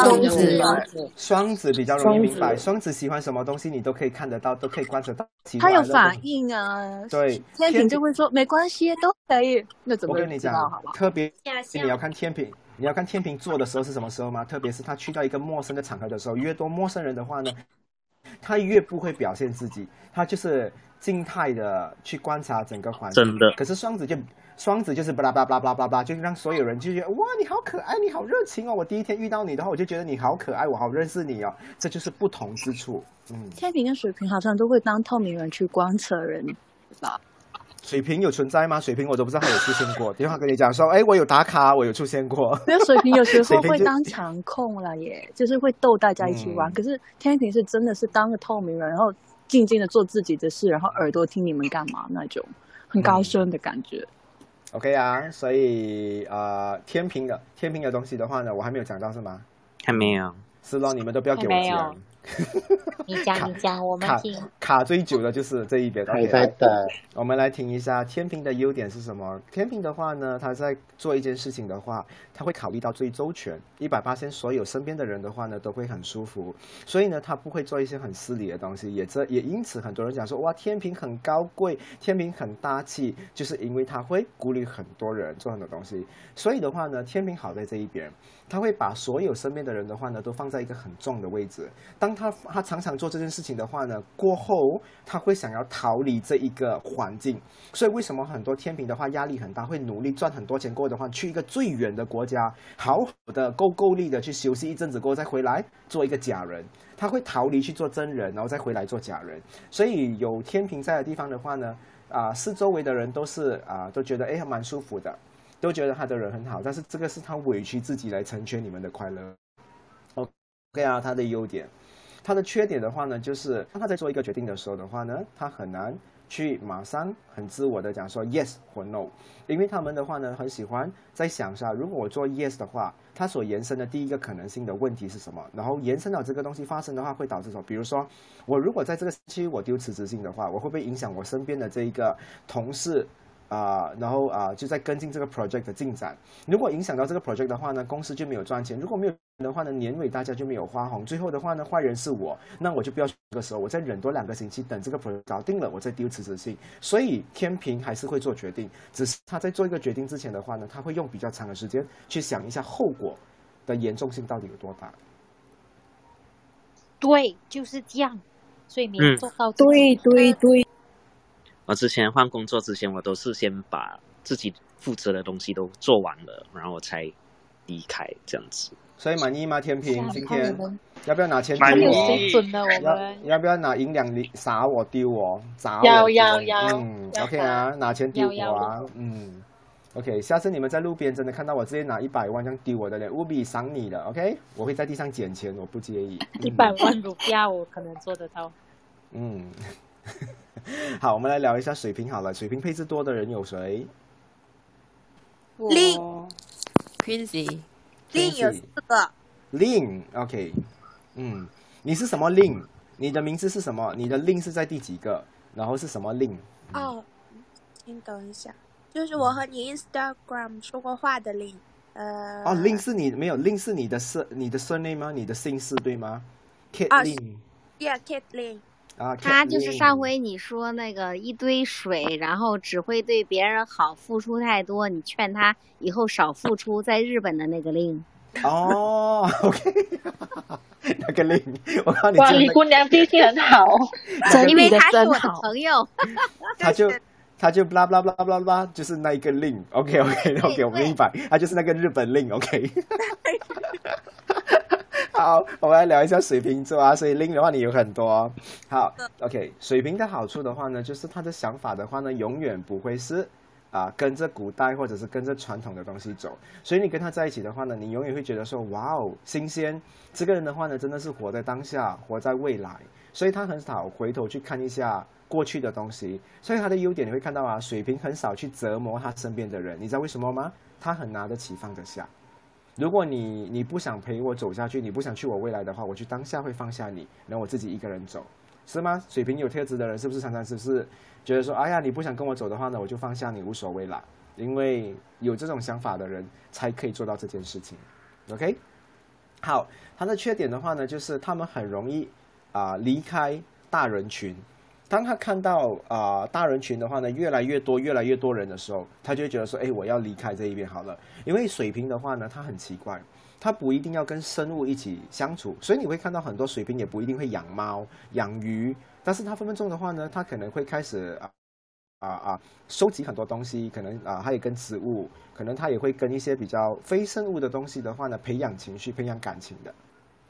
C: 双子比较容易明
F: 双
C: 白，
F: 子
C: 双子喜欢什么东西你都可以看得到，都可以观察到。喜
F: 他
C: 欢
F: 有
C: 的东
F: 反
C: 西。
F: 应啊。
C: 对，
F: 天平
C: 平
F: 就会说没关系，都可以。那怎
C: 我
F: 么
C: 跟你
F: 知
C: 讲
F: 道好不，好？
C: 特别
F: 下
C: 你要看天平，你要看天平座的时候是什么时候吗？特别是他去到一个陌生的场合的时候，越多陌生人的话呢，他越不会表现自己，他就是静态的去观察整个环境。
I: 真的
C: 可是双子就双子就是巴拉巴拉巴拉巴拉，就让所有人就觉得哇，你好可爱，你好热情哦！我第一天遇到你的话，我就觉得你好可爱，我好认识你哦，这就是不同之处。嗯，
F: 天平跟水瓶好像都会当透明人去观测人吧？
C: 水瓶有存在吗？水瓶我都不知道他有出现过。 [laughs] 电话跟你讲说，哎，我有打卡，我有出现过。 [laughs]
F: 因为水瓶有时候
C: 水瓶
F: 会
C: 就 [laughs] 嗯
F: 当场控了耶，就是会逗大家一起玩。可是天平是真的是当个透明人，然后静静的做自己的事，然后耳朵听你们干嘛那种，很
C: 嗯
F: 高深的感觉。
C: OK 啊，所以呃，天平的天平的东西的话呢，我还没有讲到是吗？
I: 还没有。
C: 是咯，你们都不要给我啊
G: 还没有
C: 讲。
G: 你讲，你讲，我们
C: 卡
G: 听。
C: 卡最久的就是这一边。
N: 还
C: OK，
N: 在等
C: 我们来听一下天平的优点是什么。天平的话呢，他在做一件事情的话，他会考虑到最周全，一百八千所有身边的人的话呢，都会很舒服。所以呢，他不会做一些很失礼的东西，也这也因此很多人讲说，哇，天平很高贵，天平很大气，就是因为他会顾虑很多人做很多东西。所以的话呢，天平好在这一边，他会把所有身边的人的话呢，都放在一个很重的位置。当他他常常做这件事情的话呢，过后他会想要逃离这一个环境。所以为什么很多天平的话压力很大，会努力赚很多钱过后的话，去一个最远的国家，好好的够够力的去休息一阵子过后再回来做一个假人。他会逃离去做真人，然后再回来做假人。所以有天平在的地方的话呢，啊、四周围的人都是啊、都觉得哎蛮舒服的，都觉得他的人很好。但是这个是他委屈自己来成全你们的快乐。OK 啊，他的优点，他的缺点的话呢，就是当他在做一个决定的时候的话呢，他很难去马上很自我的讲说 yes 或 no，因为他们的话呢，很喜欢在想下，如果我做 yes 的话，它所延伸的第一个可能性的问题是什么？然后延伸到这个东西发生的话，会导致什么？比如说，我如果在这个星期我丢辞职信的话，我会不会影响我身边的这一个同事？啊、然后啊、就在跟进这个 project 的进展。如果影响到这个 project 的话呢，公司就没有赚钱；如果没有的话呢，年尾大家就没有花红。最后的话呢，坏人是我，那我就不要这个时候，我再忍多两个星期，等这个 project 搞定了，我再丢辞职信。所以天平还是会做决定，只是他在做一个决定之前的话呢，他会用比较长的时间去想一下后果的严重性到底有多大。
A: 对，就是这样，所以没
I: 嗯
A: 做到、对对对，
I: 我之前换工作之前，我都是先把自己负责的东西都做完了，然后我才离开这样子。
C: 所以满意吗？天平
I: 想
C: 今
I: 看你
C: 天
I: 啊们
C: 要不要拿钱
I: 蛮
C: 丢
I: 有
C: 我
I: 水准的我
C: 要
I: 们
C: 要不要拿银两厘撒我丢我砸我
I: 要
C: 丢
I: 要要
C: 嗯
I: 要
C: ，OK 啊，拿钱丢我啊
I: 要要，
C: 嗯，OK，下次你们在路边真的看到我直接拿一百万这样丢我的脸，务必赏你的，OK，我会在地上捡钱，我不介意。
G: 一百万卢比亚我可能做得
N: [laughs]
G: 到。
C: 嗯， [laughs] 嗯，好，我们来聊一下水平好了，水平配置多的人有谁？
O: 令
G: 哦
O: Quincy，令有四个，
C: 令，OK，嗯，你是什么令？你的名字是什么？你的令是在第几个？然后是什么令？
O: 哦，你等一下，就是
C: 嗯
O: 我和你 Instagram 说过话的令，呃，
C: 哦，令是你没有令是你的是你的 surname 吗？你的姓氏对吗
O: 啊
C: ？Kate
O: 是
C: Lin
O: ，Yeah，Caitlin，
B: 他
C: 啊，Kate
B: 就是
C: Lin
B: 上回你说那个一堆水，然后只会对别人好，付出太多，你劝他以后少付出，在日本的那个
C: [laughs]
B: 令。
C: 哦，OK，那个令，我看你
H: 哇，
C: 真的
H: 李姑娘脾气很
G: [laughs]
H: 好，
C: 那个
B: 因为他是我的朋友，
C: [laughs] 他就他就 blah blah blah blah blah，就是那一个令，OK OK OK，我嗯明白，他就是那个日本令，OK。好，我们来聊一下水瓶座啊。所以令的话，你有很多哦、好，OK。水瓶的好处的话呢，就是他的想法的话呢，永远不会是啊、跟着古代或者是跟着传统的东西走。所以你跟他在一起的话呢，你永远会觉得说，哇哦，新鲜。这个人的话呢，真的是活在当下，活在未来。所以他很少回头去看一下过去的东西。所以他的优点你会看到啊，水瓶很少去折磨他身边的人，你知道为什么吗？他很拿得起放得下。如果你你不想陪我走下去，你不想去我未来的话，我就当下会放下你，然后我自己一个人走，是吗？水瓶有特质的人是不是常常是不是觉得说，哎呀，你不想跟我走的话呢，我就放下你，无所谓啦。因为有这种想法的人才可以做到这件事情，OK？好，它的缺点的话呢，就是他们很容易啊、离开大人群。当他看到啊、大人群的话呢，越来越多、越来越多人的时候，他就会觉得说，哎，我要离开这一边好了。因为水瓶的话呢，他很奇怪，他不一定要跟生物一起相处，所以你会看到很多水瓶也不一定会养猫、养鱼，但是他分分钟的话呢，他可能会开始啊啊啊，收集很多东西，可能啊，它也跟植物，可能它也会跟一些比较非生物的东西的话呢，培养情绪、培养感情的。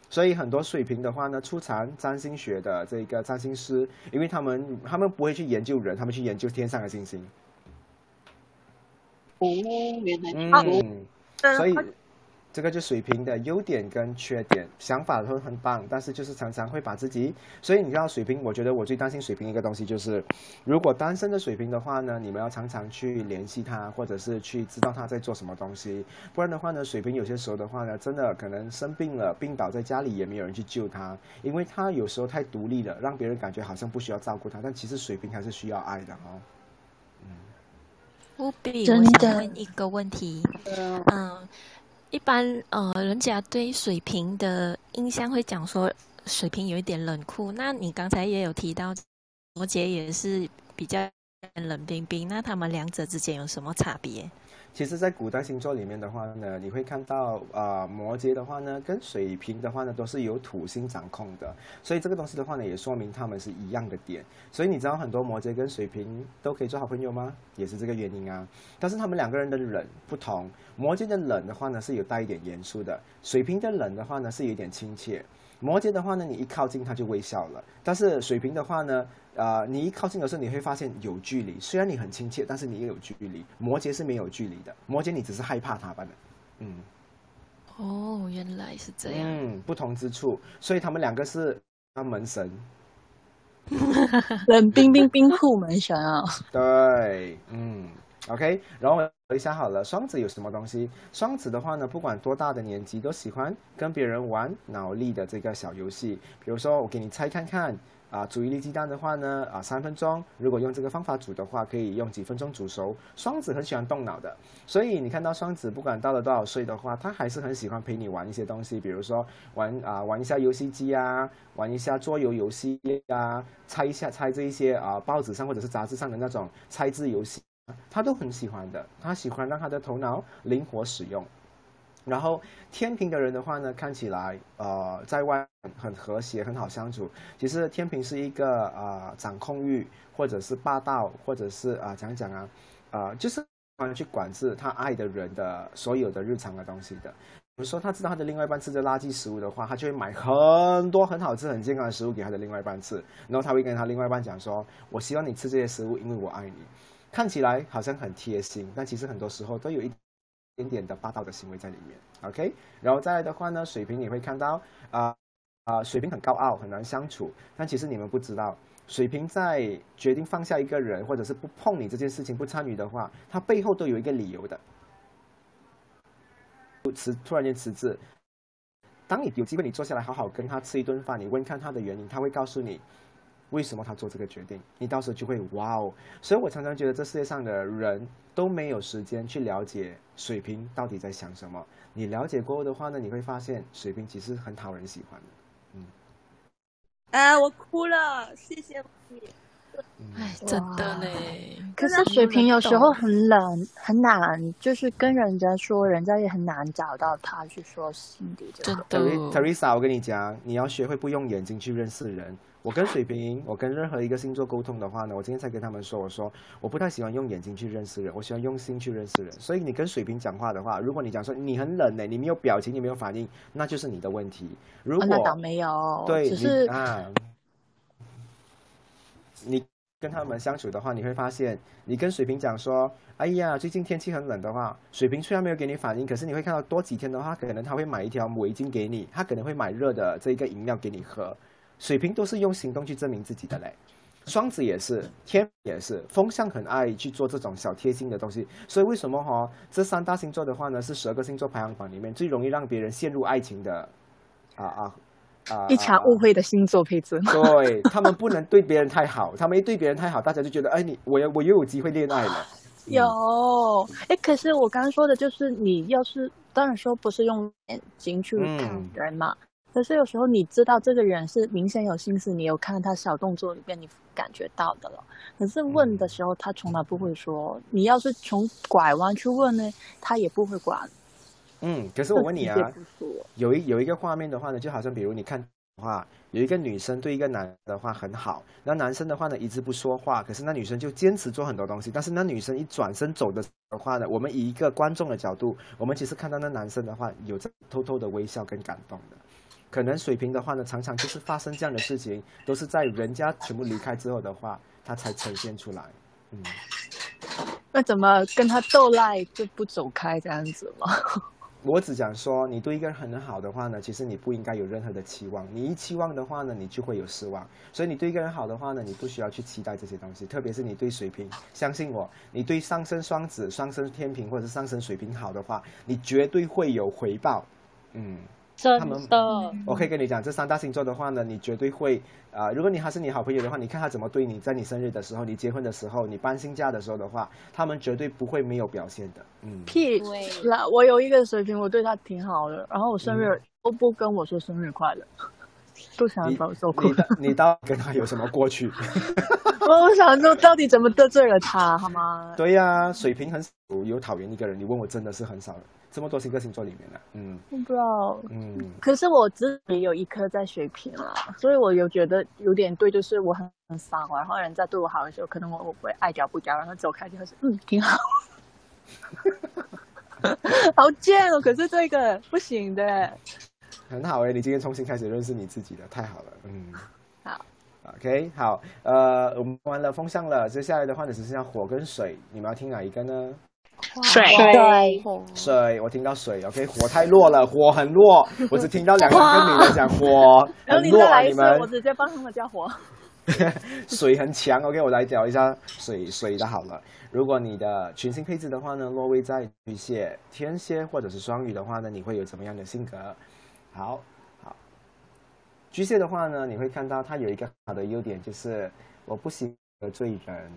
C: 所以很多水瓶的话呢，出产占星学的这个占星师，因为他们他们不会去研究人，他们去研究天上的星星。
H: [laughs] 哦，原来
C: 嗯，所以这个就水瓶的优点跟缺点，想法都很棒，但是就是常常会把自己，所以你知道水瓶，我觉得我最担心水瓶一个东西就是，如果单身的水瓶的话呢，你们要常常去联系他，或者是去知道他在做什么东西，不然的话呢，水瓶有些时候的话呢，真的可能生病了，病倒在家里也没有人去救他，因为他有时候太独立了，让别人感觉好像不需要照顾他，但其实水瓶还是需要爱的哦。
N: 乌比，
C: 真
N: 我
C: 的
N: 想问一个问题，
G: 啊
N: 嗯，一般呃，人家对水瓶的印象会讲说水瓶有一点冷酷，那你刚才也有提到摩羯也是比较冷冰冰，那他们两者之间有什么差别？
C: 其实，在古代星座里面的话呢，你会看到，呃，摩羯的话呢，跟水瓶的话呢，都是由土星掌控的，所以这个东西的话呢，也说明他们是一样的点。所以你知道很多摩羯跟水瓶都可以做好朋友吗？也是这个原因啊。但是他们两个人的冷不同，摩羯的冷的话呢，是有带一点严肃的；水瓶的冷的话呢，是有一点亲切。摩羯的话呢，你一靠近他就微笑了，但是水瓶的话呢，呃，你一靠近的时候，你会发现有距离。虽然你很亲切，但是你也有距离。摩羯是没有距离的，摩羯你只是害怕他罢了。嗯
N: 哦，原来是这样。
C: 嗯，不同之处，所以他们两个是他门神。
F: [laughs] 冷冰冰冰库门神
C: [laughs]
F: 啊！
C: 对，嗯，OK，然后我们回想好了，双子有什么东西？双子的话呢，不管多大的年纪，都喜欢跟别人玩脑力的这个小游戏。比如说，我给你猜看看，啊，煮一粒鸡蛋的话呢，啊，三分钟，如果用这个方法煮的话，可以用几分钟煮熟。双子很喜欢动脑的，所以你看到双子不管到了多少岁的话，他还是很喜欢陪你玩一些东西，比如说玩啊玩一下游戏机啊，玩一下桌游游戏啊，猜一下猜这一些啊报纸上或者是杂志上的那种猜字游戏，他都很喜欢的。他喜欢让他的头脑灵活使用。然后天平的人的话呢，看起来呃在外很和谐，很好相处。其实天平是一个呃掌控欲，或者是霸道，或者是啊、呃讲讲啊，呃就是喜欢去管制他爱的人的所有的日常的东西的。比如说他知道他的另外一半吃着垃圾食物的话，他就会买很多很好吃、很健康的食物给他的另外一半吃，然后他会跟他另外一半讲说：“我希望你吃这些食物，因为我爱你。”看起来好像很贴心，但其实很多时候都有一一点点的霸道的行为在里面。OK，然后再来的话呢，水瓶你会看到啊啊、水瓶很高傲，很难相处，但其实你们不知道。水瓶在决定放下一个人，或者是不碰你这件事情、不参与的话，他背后都有一个理由的。辞突然间辞职，当你有机会你坐下来好好跟他吃一顿饭，你问看他的原因，他会告诉你为什么他做这个决定，你到时候就会哇哦！所以我常常觉得这世界上的人都没有时间去了解水瓶到底在想什么。你了解过后的话呢，你会发现水瓶其实很讨人喜欢的。
O: 啊，我哭了，谢谢你。
C: 嗯
N: 哎，真的嘞。
F: 可
O: 真
F: 是
O: 的
F: 水瓶有时候
O: 懂
F: 很冷，很难，就是跟人家说，人家也很难找到他去说心底这个。
C: Ter- Teresa，我跟你讲，你要学会不用眼睛去认识人。我跟水瓶，我跟任何一个星座沟通的话呢，我今天才跟他们说，我说我不太喜欢用眼睛去认识人，我喜欢用心去认识人。所以你跟水瓶讲话的话，如果你讲说你很冷呢、你没有表情，你没有反应，那就是你的问题。如
F: 啊
C: 果、
F: 那倒没有，
C: 对，
F: 只
C: 你
F: 是
C: 啊，你跟他们相处的话，你会发现，你跟水瓶讲说，哎呀，最近天气很冷的话，水瓶虽然没有给你反应，可是你会看到多几天的话，可能他会买一条围巾给你，他可能会买热的这个饮料给你喝。水瓶都是用行动去证明自己的嘞。双子也是，天也是，风象很爱去做这种小贴心的东西，所以为什么哈、这三大星座的话呢，是十二个星座排行榜里面最容易让别人陷入爱情的，啊啊啊！
F: 一场误会的星座配置。
C: 对他们不能对别人太好，他们一对别人太好，大家就觉得哎，你我又我又有机会恋爱
F: [laughs]
C: 了。嗯
F: 有，哎，可是我刚刚说的就是，你要是当然说不是用眼睛去看
C: 嗯
F: 人嘛，可是有时候你知道这个人是明显有心思，你有看他小动作里面，你感觉到的了。可是问的时候，他从来不会说。你要是从拐弯去问呢，他也不会管。
C: 嗯，可是我问你
F: 就直
C: 啊
F: 接不说，
C: 有一有一个画面的话呢，就好像比如你看的话，有一个女生对一个男的话很好，那男生的话呢一直不说话，可是那女生就坚持做很多东西，但是那女生一转身走的话呢，我们以一个观众的角度，我们其实看到那男生的话有在偷偷的微笑跟感动的。可能水瓶的话呢，常常就是发生这样的事情，都是在人家全部离开之后的话，他才呈现出来。嗯。
F: 那怎么跟他斗赖就不走开这样子吗？
C: 我只讲说，你对一个人很好的话呢，其实你不应该有任何的期望。你一期望的话呢，你就会有失望。所以你对一个人好的话呢，你不需要去期待这些东西。特别是你对水瓶，相信我，你对上升双子、上升天平或者是上升水瓶好的话，你绝对会有回报。嗯，
G: 真
C: 他们
G: 的，
C: 我可以跟你讲，这三大星座的话呢，你绝对会啊、呃如果你还是你好朋友的话，你看他怎么对你，在你生日的时候、你结婚的时候、你搬新家的时候的话，他们绝对不会没有表现的。嗯，
D: 屁啦！我有一个水瓶，我对他挺好的，然后我生日
C: 嗯
D: 都不跟我说生日快乐，都想要把我揍哭
C: 你。的你到底跟他有什么过去？
D: 我我想说，到底怎么得罪了他，好吗？
C: 对呀、水瓶很少有讨厌一个人，你问我真的是很少的，这么多星个星座里面的，嗯
D: 我不知道。
C: 嗯
D: 可是我自己有一颗在水瓶啦，所以我有觉得有点对，就是我很很傻瓜，然后人家对我好的时候，可能我我会爱答不答，然后走开就是嗯挺
C: [laughs]
D: 好，好贱哦。可是这个不行的，
C: 很好哎、你今天重新开始认识你自己了，太好了，嗯。
D: 好。
C: OK，好，呃，我们完了风向了，接下来的话呢，只剩下火跟水，你们要听哪一个呢？
G: 水
J: 对，
C: 水，我听到水，OK，火太弱了，火很弱，
D: [laughs]
C: 我只听到两三个女的讲火
D: 然后
C: 很
D: 你
C: 弱
D: 再
C: 啊，
D: 来一
C: 你
D: 次，
C: 们
D: 我直接帮他们加火。
C: 水很强。OK，我来聊一下水水的好了。如果你的群星配置的话呢，落位在巨蟹、天蝎或者是双鱼的话呢，你会有怎么样的性格？好，好。巨呃蟹的话呢，你会看到它有一个好的优点，就是我不喜欢得罪人。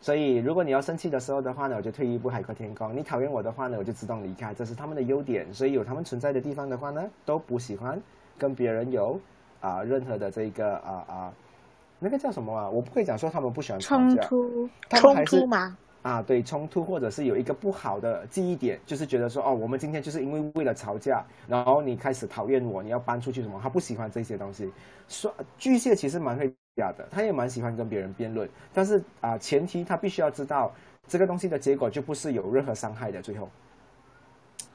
C: 所以，如果你要生气的时候的话呢，我就退一步海阔天空；你讨厌我的话呢，我就自动离开。这是他们的优点，所以有他们存在的地方的话呢，都不喜欢跟别人有啊、任何的这个啊啊、那个叫什么啊？我不会讲说他们不喜欢吵
O: 冲
C: 架
O: 突，
C: 他们还
O: 冲
C: 是
O: 突吗？
C: 啊，对，冲突或者是有一个不好的记忆点，就是觉得说哦，我们今天就是因为为了吵架，然后你开始讨厌我，你要搬出去什么？他不喜欢这些东西。说巨蟹其实蛮会假的，他也蛮喜欢跟别人辩论，但是啊、前提他必须要知道这个东西的结果就不是有任何伤害的，最后。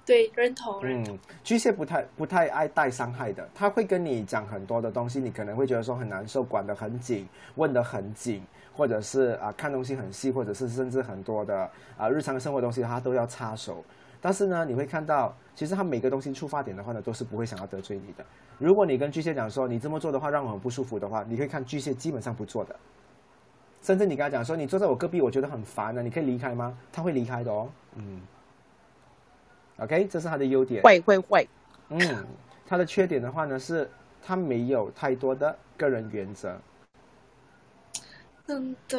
O: 对，认同认同。
C: 嗯，巨蟹不太不太爱带伤害的，他会跟你讲很多的东西，你可能会觉得说很难受，管得很紧，问得很紧，或者是啊、看东西很细，或者是甚至很多的啊、日常生活东西他都要插手。但是呢，你会看到，其实他每个东西出发点的话呢，都是不会想要得罪你的。如果你跟巨蟹讲说你这么做的话让我很不舒服的话，你会看巨蟹基本上不做的。甚至你跟他讲说你坐在我隔壁，我觉得很烦啊，你可以离开吗？他会离开的哦。嗯，OK，这是他的优点。
D: 会会会，
C: 嗯，他的缺点的话呢是，他没有太多的个人原则。
O: 真的，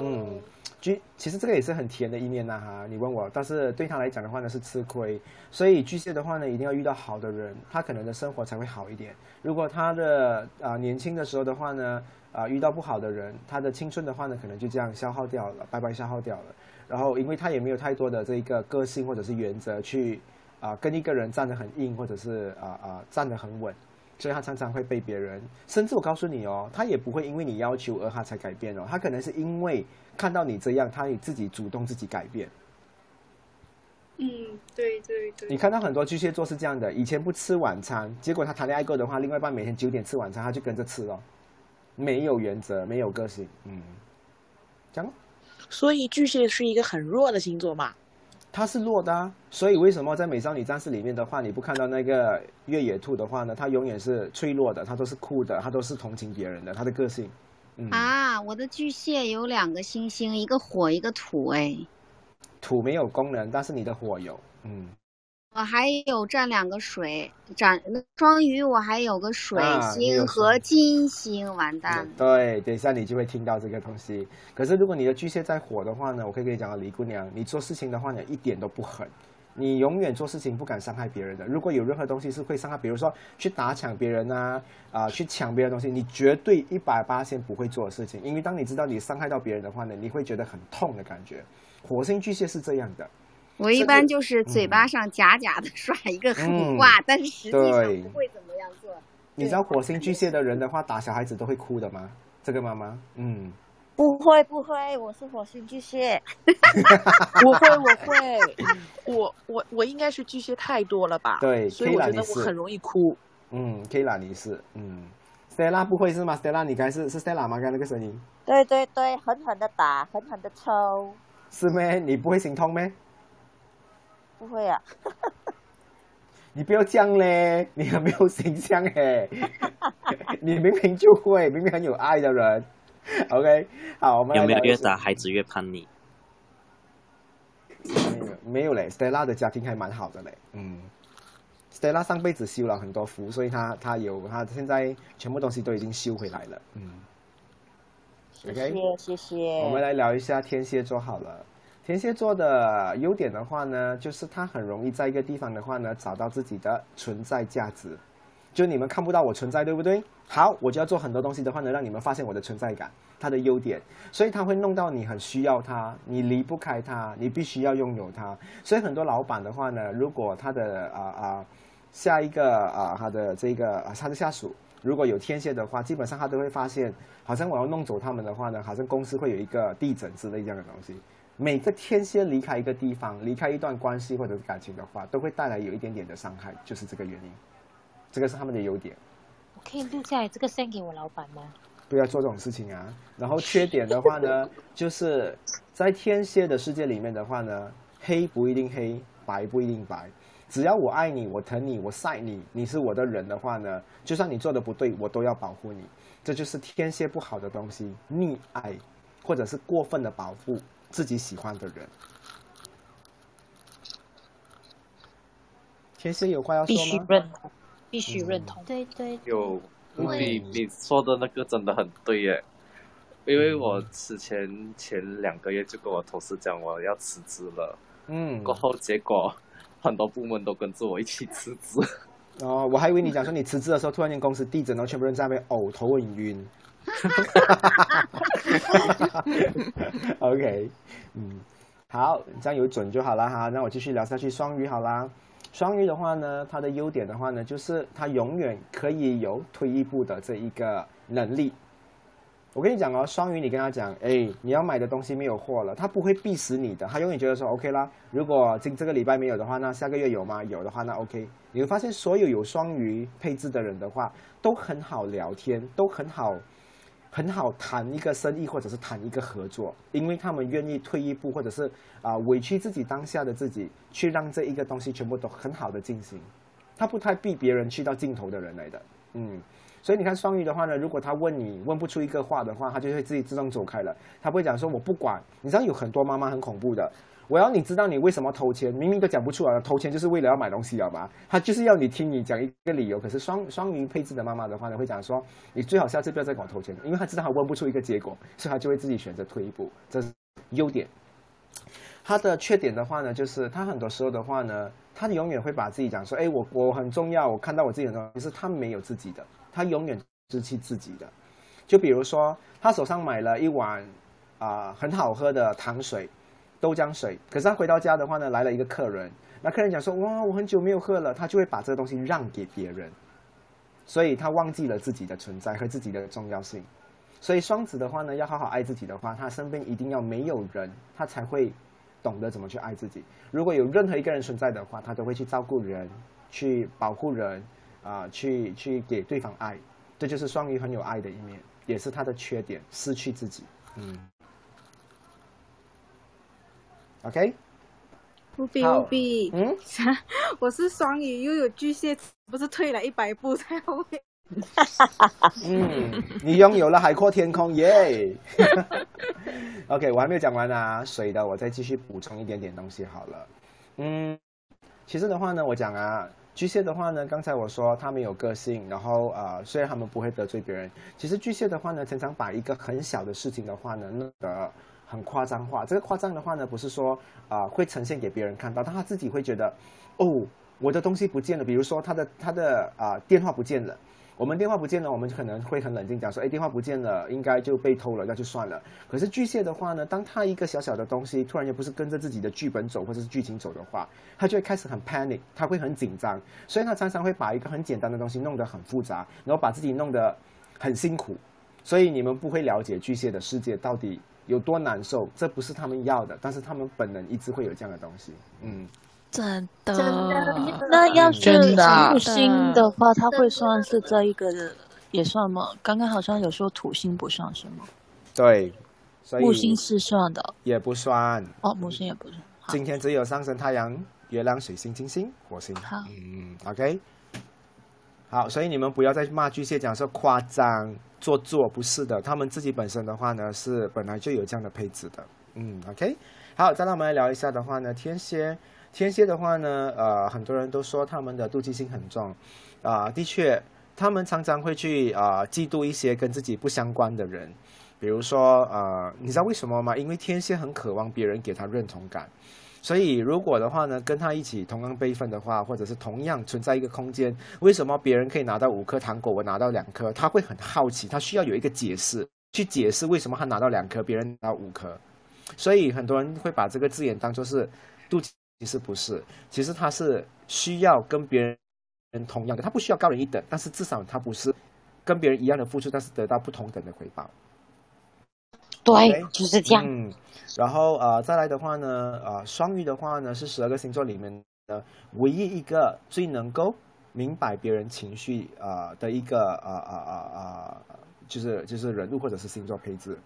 C: 嗯，巨其实这个也是很甜的一面呐、哈，你问我，但是对他来讲的话呢是吃亏，所以巨蟹的话呢一定要遇到好的人，他可能的生活才会好一点。如果他的啊、年轻的时候的话呢，啊、遇到不好的人，他的青春的话呢可能就这样消耗掉了，白白消耗掉了。然后因为他也没有太多的这个个性或者是原则去啊、跟一个人站得很硬，或者是啊啊、站得很稳。所以他常常会被别人，甚至我告诉你哦，他也不会因为你要求而他才改变哦，他可能是因为看到你这样，他也自己主动自己改变。
O: 嗯，对对对。
C: 你看到很多巨蟹座是这样的，以前不吃晚餐，结果他谈恋爱过的话，另外一半每天九点吃晚餐，他就跟着吃了，没有原则，没有个性，嗯，这样咯。
P: 所以巨蟹是一个很弱的星座嘛。
C: 它是弱的、啊，所以为什么在《美少女战士》里面的话，你不看到那个越野兔的话呢？它永远是脆弱的，它都是酷的，它都是同情别人的，它的个性，嗯，
B: 啊，我的巨蟹有两个星星，一个火，一个土，哎，
C: 土没有功能，但是你的火有，嗯，
B: 我还有占两个水，占那双鱼我还有个水
C: 啊你有
B: 星和金星，完蛋了。
C: 对，等一下你就会听到这个东西。可是如果你的巨蟹在火的话呢，我可以跟你讲啊，李姑娘，你做事情的话呢，一点都不狠，你永远做事情不敢伤害别人的。如果有任何东西是会伤害，比如说去打抢别人啊，啊、去抢别人的东西，你绝对一百八先不会做的事情，因为当你知道你伤害到别人的话呢，你会觉得很痛的感觉。火星巨蟹是这样的，
B: 我一般就是嘴巴上假假 [laughs] 的耍一个狠话，
C: 嗯
B: 但是实际上
C: 对
B: 不会怎么样做。
C: 你知道火星巨蟹的人的话，打小孩子都会哭的吗？这个妈妈，嗯。
Q: 不会不会，我是火星巨蟹。
C: [laughs]
P: 我会，我会，我我我应该是巨蟹太多了吧？
C: 对
P: 所以我觉
C: Kayla，你
P: 得我
C: 是
P: 很容易哭。
C: 嗯，Kila 你是，嗯，Stella 不会是吗？Stella 你刚才是是 Stella 吗？刚才那个声音
Q: 对对对，狠狠的打，狠狠的抽，
C: 是咩？你不会心痛咩？
Q: 不会啊。
C: 你不要这样嘞，你很没有形象哎，你明明就会，明明很有爱的人。OK，好，我们来
I: 有没有
C: 聊一
I: 越
C: 下
I: 打孩子越叛逆？
C: 没有嘞，Stella 的家庭还蛮好的嘞，嗯，Stella 上辈子修了很多福，所以她她有她现在全部东西都已经修回来了，嗯。
Q: 谢
C: OK，
Q: 谢谢谢。
C: 我们来聊一下天蝎座好了。天蝎座的优点的话呢，就是它很容易在一个地方的话呢，找到自己的存在价值。就你们看不到我存在，对不对？好，我就要做很多东西的话呢，让你们发现我的存在感，它的优点，所以它会弄到你很需要它，你离不开它，你必须要拥有它。所以很多老板的话呢，如果他的啊啊、下一个啊、他的这个、啊、他的下属如果有天蝎的话，基本上他都会发现，好像我要弄走他们的话呢，好像公司会有一个地震之类这样的东西。每个天蝎离开一个地方，离开一段关系或者是感情的话，都会带来有一点点的伤害，就是这个原因。这个是他们的优点。
G: 我可以录下来这个献给我老板吗？
C: 不要做这种事情啊。然后缺点的
G: [laughs]
C: 话呢，就是在天蝎的世界里面的话呢，黑不一定黑，白不一定白。只要我爱你，我疼你，我晒你，你是我的人的话呢，就算你做的不对，我都要保护你。这就是天蝎不好的东西，溺爱或者是过分的保护自己喜欢的人。天蝎有话要
G: 必
C: 说
G: 须
C: 吗？
G: 认同，必须认
C: 嗯
G: 同。对对
R: 有，
G: 对
R: 你你说的那个真的很对耶，因为我之前前两个月就跟我同事讲我要辞职了，
C: 嗯，
R: 过后结果很多部门都跟着我一起辞职，
C: 哦，我还以为你讲说你辞职的时候，突然间公司地震，然后全部人在那边呕，头很
R: [laughs]
C: 晕。OK，嗯，好，这样有准就好啦哈。那我继续聊下去，双鱼好啦。双鱼的话呢，它的优点的话呢，就是它永远可以有退一步的这一个能力。我跟你讲哦，双鱼，你跟他讲，哎，你要买的东西没有货了，他不会逼死你的，他永远觉得说 OK 啦。如果今这个礼拜没有的话，那下个月有吗？有的话，那 OK。你会发现，所有有双鱼配置的人的话，都很好聊天，都很好，很好谈一个生意或者是谈一个合作，因为他们愿意退一步，或者是啊、委屈自己当下的自己，去让这一个东西全部都很好的进行。他不太逼别人去到尽头的人来的，嗯。所以你看双鱼的话呢，如果他问你问不出一个话的话，他就会自己自动走开了。他不会讲说我不管。你知道有很多妈妈很恐怖的，我要你知道你为什么偷钱，明明都讲不出来了，偷钱就是为了要买东西，好吧？他就是要你听你讲一个理由。可是双双鱼配置的妈妈的话呢，会讲说你最好下次不要再跟我偷钱，因为他知道他问不出一个结果，所以他就会自己选择退一步，这是优点。他的缺点的话呢，就是他很多时候的话呢，他永远会把自己讲说，哎，我我很重要，我看到我自己很重要，可是他没有自己的，他永远失去自己的。就比如说，他手上买了一碗啊、很好喝的糖水、豆浆水，可是他回到家的话呢，来了一个客人，那客人讲说，哇，我很久没有喝了，他就会把这个东西让给别人，所以他忘记了自己的存在和自己的重要性。所以双子的话呢，要好好爱自己的话，他身边一定要没有人，他才会懂得怎么去爱自己。如果有任何一个人存在的话，他都会去照顾人，去保护人，啊、去去给对方爱。这就是双鱼很有爱的一面，也是他的缺点，失去自己。嗯，OK，
K: 不必
C: 好
K: 不必。
C: 嗯，
K: 我是双鱼，又有巨蟹，不是退了一百步在后面。
C: 嗯，你拥有了海阔天空，耶、OK，我还没有讲完啊，水的我再继续补充一点点东西好了。嗯，其实的话呢，我讲啊，巨蟹的话呢，刚才我说他们有个性，然后呃，虽然他们不会得罪别人，其实巨蟹的话呢，常常把一个很小的事情的话呢，弄得很夸张化。这个夸张的话呢，不是说啊、呃会呈现给别人看到，但他自己会觉得，哦，我的东西不见了，比如说他的他的啊、呃电话不见了。我们电话不见了，我们可能会很冷静讲说，哎，电话不见了，应该就被偷了，那就算了。可是巨蟹的话呢，当他一个小小的东西突然间不是跟着自己的剧本走或者是剧情走的话，他就会开始很 panic，他会很紧张，所以他常常会把一个很简单的东西弄得很复杂，然后把自己弄得很辛苦。所以你们不会了解巨蟹的世界到底有多难受，这不是他们要的，但是他们本能一直会有这样的东西。嗯，
N: 真的，
P: 嗯
F: 那要是
N: 真
P: 啊
N: 的
F: 土星的话，它会算是这一个的，也算吗？刚刚好像有说土星不算是吗？
C: 对，所以
F: 木星是算的，
C: 也不算。
F: 哦，木星也不算。
C: 今天只有上升太阳月亮、水星、金星、火星。
F: 好
C: 嗯，OK。好，所以你们不要再骂巨蟹，讲说夸张、做作，不是的，他们自己本身的话呢，是本来就有这样的配置的。嗯，OK。好，再让我们来聊一下的话呢，天蝎，天蝎的话呢，呃，很多人都说他们的妒忌心很重，啊、的确，他们常常会去啊、呃嫉妒一些跟自己不相关的人，比如说呃，你知道为什么吗？因为天蝎很渴望别人给他认同感，所以如果的话呢，跟他一起同样辈分的话，或者是同样存在一个空间，为什么别人可以拿到五颗糖果，我拿到两颗？他会很好奇，他需要有一个解释，去解释为什么他拿到两颗，别人拿到五颗。所以很多人会把这个字眼当做是妒忌，其实不是，其实他是需要跟别人同样的，他不需要高人一等，但是至少他不是跟别人一样的付出，但是得到不同等的回报。
G: 对
C: OK，
G: 就是这样。
C: 嗯，然后呃，再来的话呢，呃，双鱼的话呢是十二个星座里面的唯一一个最能够明白别人情绪呃的一个呃呃呃呃，就是就是人物或者是星座配置。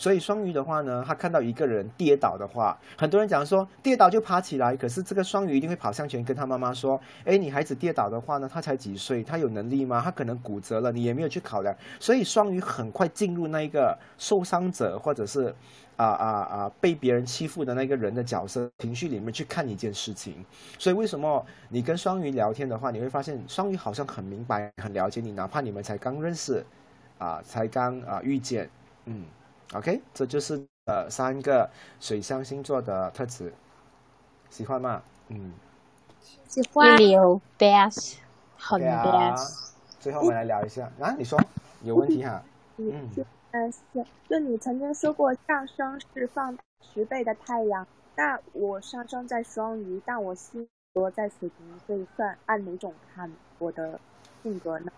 C: 所以双鱼的话呢，他看到一个人跌倒的话，很多人讲说跌倒就爬起来，可是这个双鱼一定会跑上前跟他妈妈说：“哎，你孩子跌倒的话呢，他才几岁，他有能力吗？他可能骨折了，你也没有去考量。”所以双鱼很快进入那一个受伤者或者是啊啊啊被别人欺负的那个人的角色情绪里面去看一件事情。所以为什么你跟双鱼聊天的话，你会发现双鱼好像很明白、很了解你，哪怕你们才刚认识，啊，才刚啊遇见，嗯。OK，这就是呃三个水象星座的特质，喜欢吗？嗯，
B: 喜欢。
G: 有 best，很
C: 对啊
G: best。。
C: 最后我们来聊一下啊，你说有问题哈？嗯，
O: 嗯，是，就你曾经说过上升是放大十倍的太阳，那我上升在双鱼，但我星座在水瓶，所以算按哪种看我的性格呢？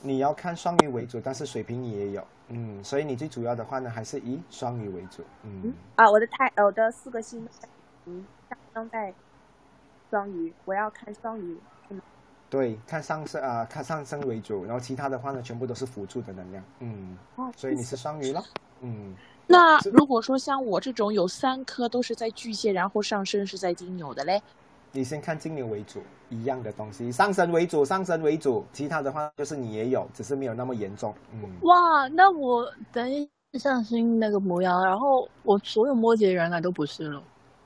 C: 你要看双鱼为主，但是水瓶也有，嗯，所以你最主要的话呢，还是以双鱼为主，嗯，
O: 啊，我的太，呃我的四个星座在水瓶，上升在双鱼，我要看双鱼，是吗？
C: 嗯对，看上升啊、看上升为主，然后其他的话呢，全部都是辅助的能量，嗯，
O: 哦
C: 所以你是双鱼咯，嗯。
P: 那如果说像我这种有三颗都是在巨蟹，然后上升是在金牛的嘞，
C: 你先看金牛为主，一样的东西，上升为主，上升为主，其他的话就是你也有，只是没有那么严重。嗯，
D: 哇，那我等一下是那个模样，然后我所有摩羯原来都不是了，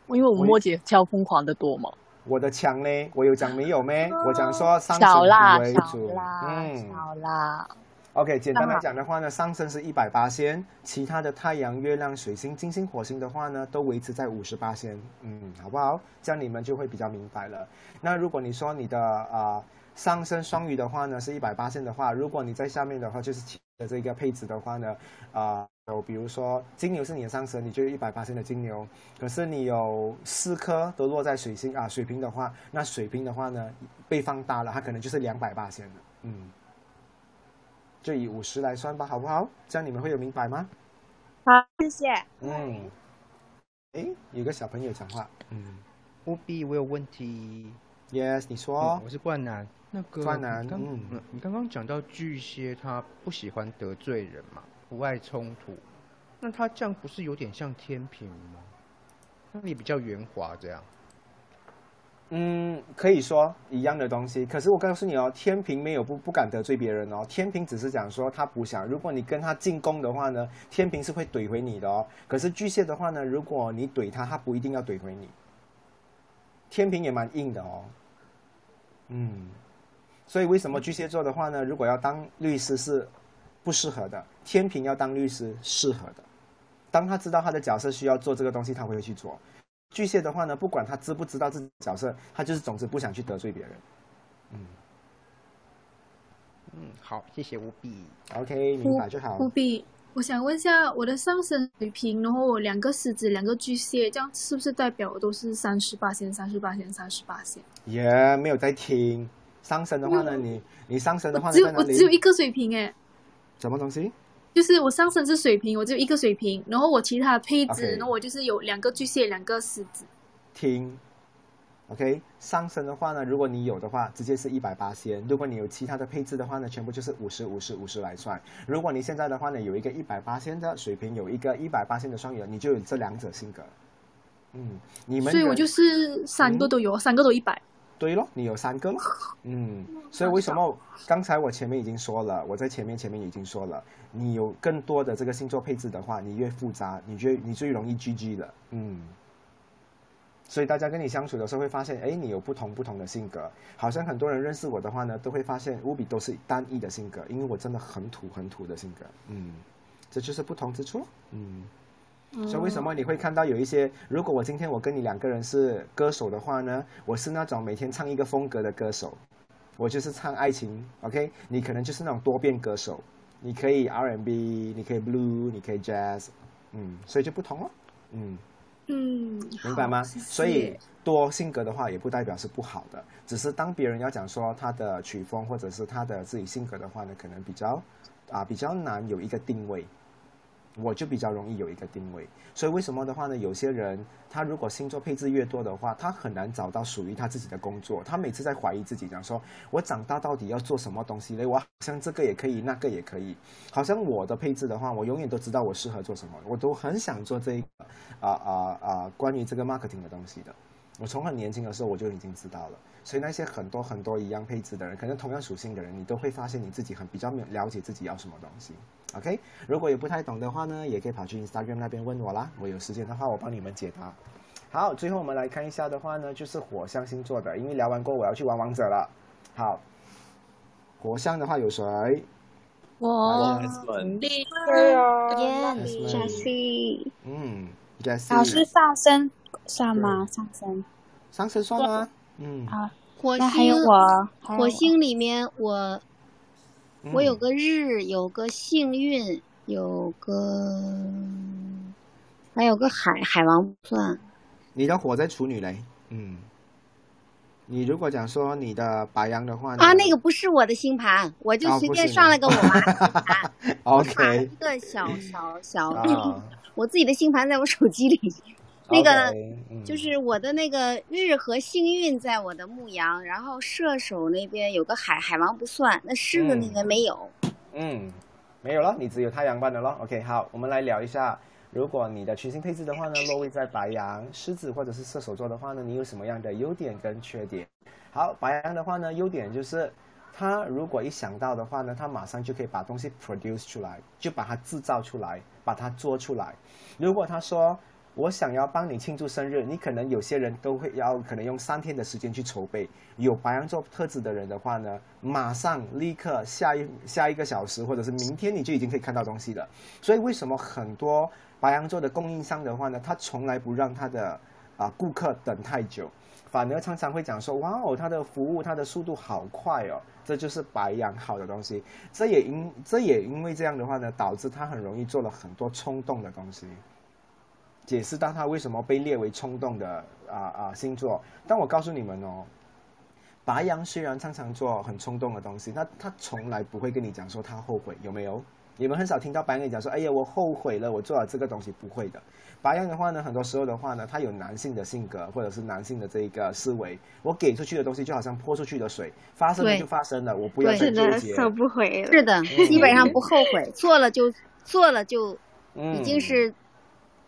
D: 因为我们摩羯较疯狂的多嘛。
C: 我的枪呢？我有讲没有咩？我讲说上
D: 少啦
C: 升为主
D: 少，啦
C: 嗯
D: 好啦，
C: ，OK，简单
D: 那
C: 来
D: 么
C: 讲的话呢，上升是一百八仙，其他的太阳、月亮、水星、金星、火星的话呢，都维持在五十八仙，嗯，好不好？这样你们就会比较明白了。那如果你说你的啊、呃上升双鱼的话呢是一百八线的话，如果你在下面的话就是其的这个配置的话呢，啊、有比如说金牛是你的上升，你就一百八线的金牛，可是你有四颗都落在水星啊水瓶的话，那水瓶的话呢被放大了，它可能就是两百八线了，嗯，就以五十来算吧，好不好？这样你们会有明白吗？
O: 好，谢谢。
C: 嗯，诶，有个小朋友讲话，嗯
L: 务必我有问题。
C: ，yes，你
L: 嗯
C: 说，
L: 我是冠南。那个
C: 冠南
L: 你刚
C: 嗯
L: 嗯，你刚刚讲到巨蟹，他不喜欢得罪人嘛，不爱冲突。那他这样不是有点像天平吗？那你比较圆滑这样。
C: 嗯，可以说一样的东西。可是我告诉你哦，天平没有不不敢得罪别人哦。天平只是讲说他不想，如果你跟他进攻的话呢，天平是会怼回你的哦。可是巨蟹的话呢，如果你怼他，他不一定要怼回你。天平也蛮硬的哦，嗯。所以为什么巨蟹座的话呢，如果要当律师是不适合的，天平要当律师适合的。当他知道他的角色需要做这个东西，他会去做。巨蟹的话呢，不管他知不知道自己的角色，他就是总之不想去得罪别人。
L: 嗯，好，谢谢务必。
C: OK，明白就好。
S: 不必。我想问一下，我的上升水平，然后我两个狮子，两个巨蟹，这样是不是代表我都是三十八线、三十八线、三十八线？
C: 也、没有在听。上升的话呢，你你上升的话呢
S: 只有
C: 在
S: 嗯
C: 哪
S: 我
C: 里？
S: 只有一个水平诶，
C: 什么东西？
S: 就是我上升是水平，我只有一个水平，然后我其他的配置
C: OK
S: 然后我就是有两个巨蟹，两个狮子。
C: 听。OK，上升的话呢，如果你有的话，直接是一百八仙；如果你有其他的配置的话呢，全部就是五十、五十、五十来算。如果你现在的话呢，有一个一百八仙的水平，有一个一百八仙的双鱼，你就有这两者性格。嗯，你们嗯
S: 所以我
C: 人
S: 就是三个都有，三个都一百。
C: 对咯，你有三 [laughs] 个嘛？嗯，所以为什么刚才我前面已经说了，我在前面前面已经说了，你有更多的这个星座配置的话，你越复杂，你越你最容易 GG 的，嗯。所以大家跟你相处的时候会发现，哎，你有不同不同的性格。好像很多人认识我的话呢，都会发现乌比都是单一的性格，因为我真的很土很土的性格，嗯，这就是不同之处咯，嗯。所以为什么你会看到有一些？如果我今天我跟你两个人是歌手的话呢，我是那种每天唱一个风格的歌手，我就是唱爱情，OK？你可能就是那种多变歌手，你可以 R&B，你可以 Blue，你可以 Jazz，嗯，所以就不同了，嗯，
S: 嗯，
C: 明白吗？
S: 好谢谢
C: 所以多性格的话也不代表是不好的，只是当别人要讲说他的曲风或者是他的自己性格的话呢，可能比较啊比较难有一个定位。我就比较容易有一个定位。所以为什么的话呢？有些人他如果星座配置越多的话，他很难找到属于他自己的工作。他每次在怀疑自己，讲说：“我长大到底要做什么东西嘞？我好像这个也可以，那个也可以。好像我的配置的话，我永远都知道我适合做什么，我都很想做这一个啊啊啊，关于这个 marketing 的东西的。我从很年轻的时候我就已经知道了。所以那些很多很多一样配置的人，可能同样属性的人，你都会发现你自己很比较没有了解自己要什么东西。OK，如果有不太懂的话呢，也可以跑去 Instagram 那边问我啦。我有时间的话，我帮你们解答。好，最后我们来看一下的话呢，就是火象星座的，因为聊完过我要去玩王者了。好，火象的话有谁？
G: 我
R: Desmond
G: 丽
R: 对啊
Q: 呃
G: 燕、
C: Desmond
G: Jessie，
C: 嗯，Jessie，
G: 老师上升算吗？上升，
C: 上升算吗？嗯，
B: 啊
G: 好，
B: 火
G: 那
B: 星，
G: 还有我，还有
B: 火
G: 我
B: 星里面我，我有
C: 嗯
B: 个日，有个幸运，有个，还有个海海王不算。
C: 你的火在处女嘞。嗯，你如果讲说你的白羊的话呢？
B: 啊，那个不是我的星盘，我就
C: 哦
B: 随
C: 嗯不
B: 便
C: 是
B: 上
C: 你
B: 了个我啊妈 [laughs]
C: [laughs] OK
B: 一个小小小、
C: 啊嗯
B: 我自己的星盘在我手机里，那个
C: OK，嗯
B: 就是我的那个日和幸运在我的牧羊，然后射手那边有个海海王不算，那狮子那
C: 嗯
B: 边没有。
C: 嗯，没有了，你只有太阳班的了。OK，好，我们来聊一下，如果你的群星配置的话呢，落位在白羊、狮子或者是射手座的话呢，你有什么样的优点跟缺点？好，白羊的话呢，优点就是他如果一想到的话呢，他马上就可以把东西 produce 出来，就把它制造出来，把它做出来。如果他说我想要帮你庆祝生日，你可能有些人都会要可能用三天的时间去筹备。有白羊座特质的人的话呢，马上立刻下一下一个小时或者是明天你就已经可以看到东西了。所以为什么很多白羊座的供应商的话呢，他从来不让他的啊顾客等太久，反而常常会讲说，哇哦，他的服务，他的速度好快哦，这就是白羊好的东西。这也因这也因为这样的话呢，导致他很容易做了很多冲动的东西。解释到他为什么被列为冲动的啊啊星座，但我告诉你们哦，白羊虽然常常做很冲动的东西，那他从来不会跟你讲说他后悔，有没有？你们很少听到白羊跟你讲说，哎呀，我后悔了，我做了这个东西，不会的。白羊的话呢，很多时候的话呢，他有男性的性格或者是男性的这一个思维，我给出去的东西就好像泼出去的水，发生了
B: 对
C: 就发生了，我不要再
K: 是
C: 纠
K: 的，
C: 结。
K: 收不回了。
B: 是的，基本上不后悔，做了就做了就，
C: 嗯
B: 已经是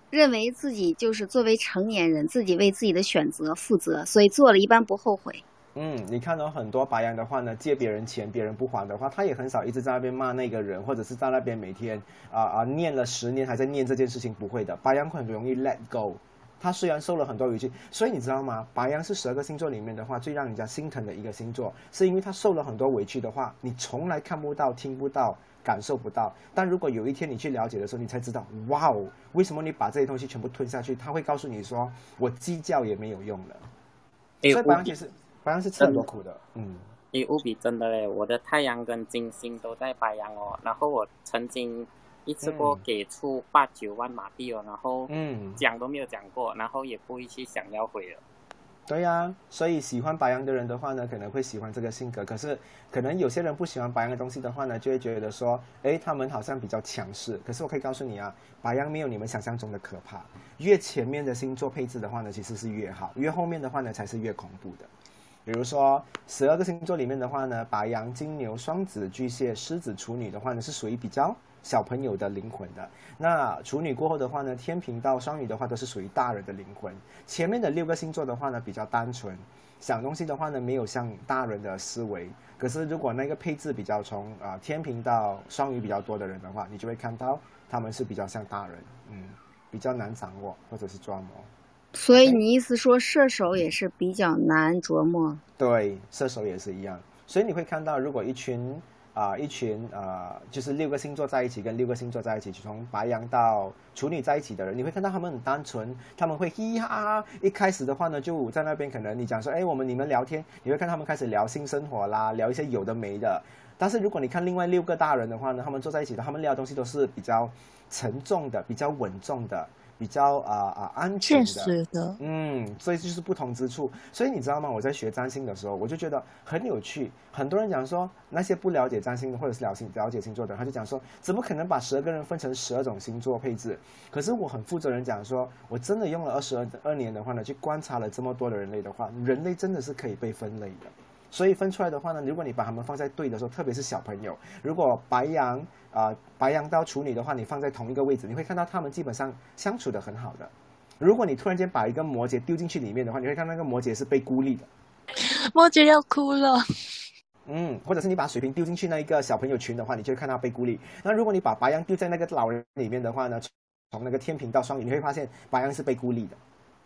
B: 认为自己就是作为成年人，自己为自己的选择负责，所以做了一般不后悔。
C: 嗯，你看到很多白羊的话呢，借别人钱，别人不还的话，他也很少一直在那边骂那个人，或者是在那边每天啊啊、念了十年还在念这件事情，不会的，白羊很容易 let go。他虽然受了很多委屈，所以你知道吗？白羊是十二个星座里面的话最让人家心疼的一个星座，是因为他受了很多委屈的话，你从来看不到、听不到、感受不到。但如果有一天你去了解的时候，你才知道，哇哦，为什么你把这些东西全部吞下去？他会告诉你说，我计较也没有用了。
T: 诶
I: 哎
C: 所以
T: 乌
C: 白羊
T: 比
C: 其实白羊是吃很多苦的，嗯。
T: 诶，乌比真的嘞，我的太阳跟金星都在白羊哦。然后我曾经一次过
C: 嗯
T: 给出八九万马币哦，然后
C: 嗯
T: 讲都没有讲过，然后也不会去想要回了。
C: 对呀、所以喜欢白羊的人的话呢，可能会喜欢这个性格。可是，可能有些人不喜欢白羊的东西的话呢，就会觉得说，诶，他们好像比较强势。可是我可以告诉你啊，白羊没有你们想象中的可怕。越前面的星座配置的话呢，其实是越好；越后面的话呢，才是越恐怖的。比如说十二个星座里面的话呢，白羊、金牛、双子、巨蟹、狮子、处女的话呢，是属于比较小朋友的灵魂的。那处女过后的话呢，天平到双鱼的话都是属于大人的灵魂。前面的六个星座的话呢，比较单纯，想东西的话呢，没有像大人的思维。可是如果那个配置比较从啊、呃天平到双鱼比较多的人的话，你就会看到他们是比较像大人，嗯，比较难掌握或者是抓摸。
B: 所以你意思说射手也是比较难琢磨？
C: 对，射手也是一样。所以你会看到，如果一群啊、一群啊，就是六个星座在一起，跟六个星座在一起，从白羊到处女在一起的人，你会看到他们很单纯，他们会嘻哈哈。一开始的话呢，就在那边可能你讲说，哎，我们你们聊天，你会看他们开始聊性生活啦，聊一些有的没的。但是如果你看另外六个大人的话呢，他们坐在一起的，他们聊的东西都是比较沉重的，比较稳重的，比较啊啊、安全的，
F: 现实的
C: 嗯，所以这就是不同之处。所以你知道吗？我在学占星的时候，我就觉得很有趣。很多人讲说，那些不了解占星的或者是了星了解星座的人，他就讲说，怎么可能把十二个人分成十二种星座配置？可是我很负责任讲说，我真的用了二十二二年的话呢，去观察了这么多的人类的话，人类真的是可以被分类的。所以分出来的话呢，如果你把它们放在对的时候，特别是小朋友，如果白羊啊、呃白羊到处女的话，你放在同一个位置，你会看到他们基本上相处的很好的。如果你突然间把一个摩羯丢进去里面的话，你会看到那个摩羯是被孤立的。
F: 摩羯要哭了。
C: 嗯，或者是你把水瓶丢进去那一个小朋友群的话，你就会看到被孤立。那如果你把白羊丢在那个老人里面的话呢，从那个天平到双鱼，你会发现白羊是被孤立的，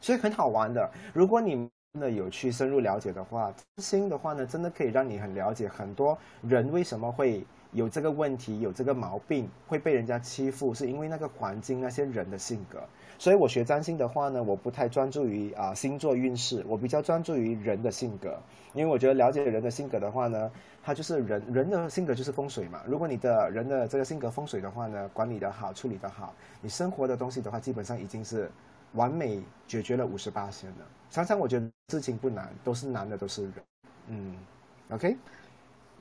C: 所以很好玩的。如果你真的有去深入了解的话，占星的话呢，真的可以让你很了解很多人为什么会有这个问题、有这个毛病，会被人家欺负，是因为那个环境、那些人的性格。所以我学占星的话呢，我不太专注于啊、星座运势，我比较专注于人的性格，因为我觉得了解人的性格的话呢，它就是人人的性格就是风水嘛。如果你的人的这个性格风水的话呢，管理的好、处理的好，你生活的东西的话，基本上已经是完美解决了五十八线了。常常我觉得事情不难，都是难的都是人。嗯，OK，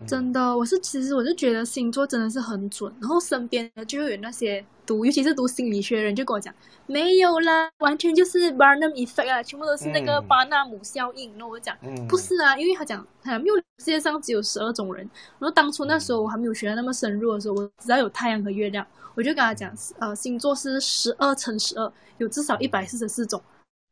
C: 嗯
S: 真的，我是其实我就觉得星座真的是很准，然后身边的就会有那些读，尤其是读心理学的人就跟我讲，没有啦，完全就是 Barnum effect 啊，全部都是那个
K: 嗯
S: 巴纳姆效应。然后我就讲、
K: 嗯
S: 不是 [laughs] 啊，因为他讲他讲没有世界上只有十二种人。然后当初那时候我还没有学得那么深入的时候，我只要有太阳和月亮，我就跟他讲，呃，星座是十二乘十二，有至少一百四十四种，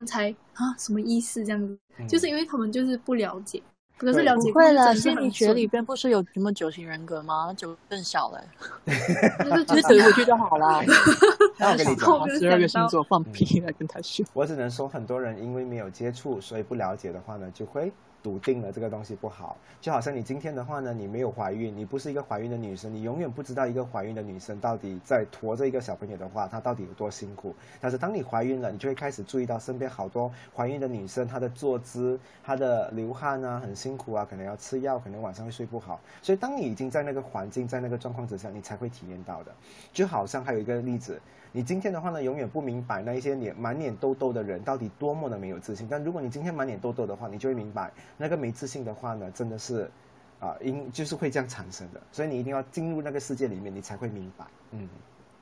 S: 才啊什么意思这样子，
F: 嗯
S: 就是因为他们就是不了解。可是了解
F: 不会
S: 了，
F: 了，心理学里边不是有什么九型人格吗？九更小了，
S: 就
F: 直接怼回去就好 [laughs] 了。
C: 那我跟
F: [laughs]
C: 你讲，
F: 啊十二个星座
C: 嗯
F: 放屁
C: 来跟他秀。我只能说，很多人因为没有接触，所以不了解的话呢，就会笃定了这个东西不好。就好像你今天的话呢，你没有怀孕，你不是一个怀孕的女生，你永远不知道一个怀孕的女生到底在驮着一个小朋友的话，她到底有多辛苦。啊但是当你怀孕了，你就会开始注意到身边好多怀孕的女生，她的坐姿、她的流汗啊，很辛苦啊，可能要吃药，可能晚上会睡不好。所以当你已经在那个环境、在那个状况之下，你才会体验到的。就好像还有一个例子，你今天的话呢，永远不明白那一些脸满脸痘痘的人到底多么的没有自信。但如果你今天满脸痘痘的话，你就会明白，那个没自信的话呢，真的是，啊、因就是会这样产生的。所以你一定要进入那个世界里面，你才会明白。嗯，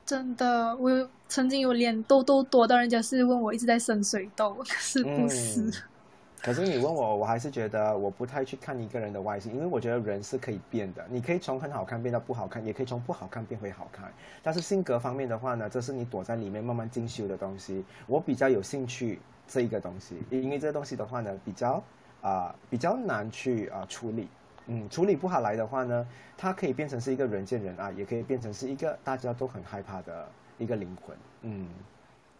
S: 真的，我有曾经有脸痘痘多到人家是问我一直在生水痘， [laughs] 可是不是。 [laughs]
C: 嗯可是你问我，我还是觉得我不太去看一个人的外形，因为我觉得人是可以变的。你可以从很好看变到不好看，也可以从不好看变回好看。但是性格方面的话呢，这是你躲在里面慢慢进修的东西。我比较有兴趣这一个东西，因为这个东西的话呢，比较啊、比较难去啊、处理。嗯，处理不好来的话呢，它可以变成是一个人见人爱，也可以变成是一个大家都很害怕的一个灵魂。嗯。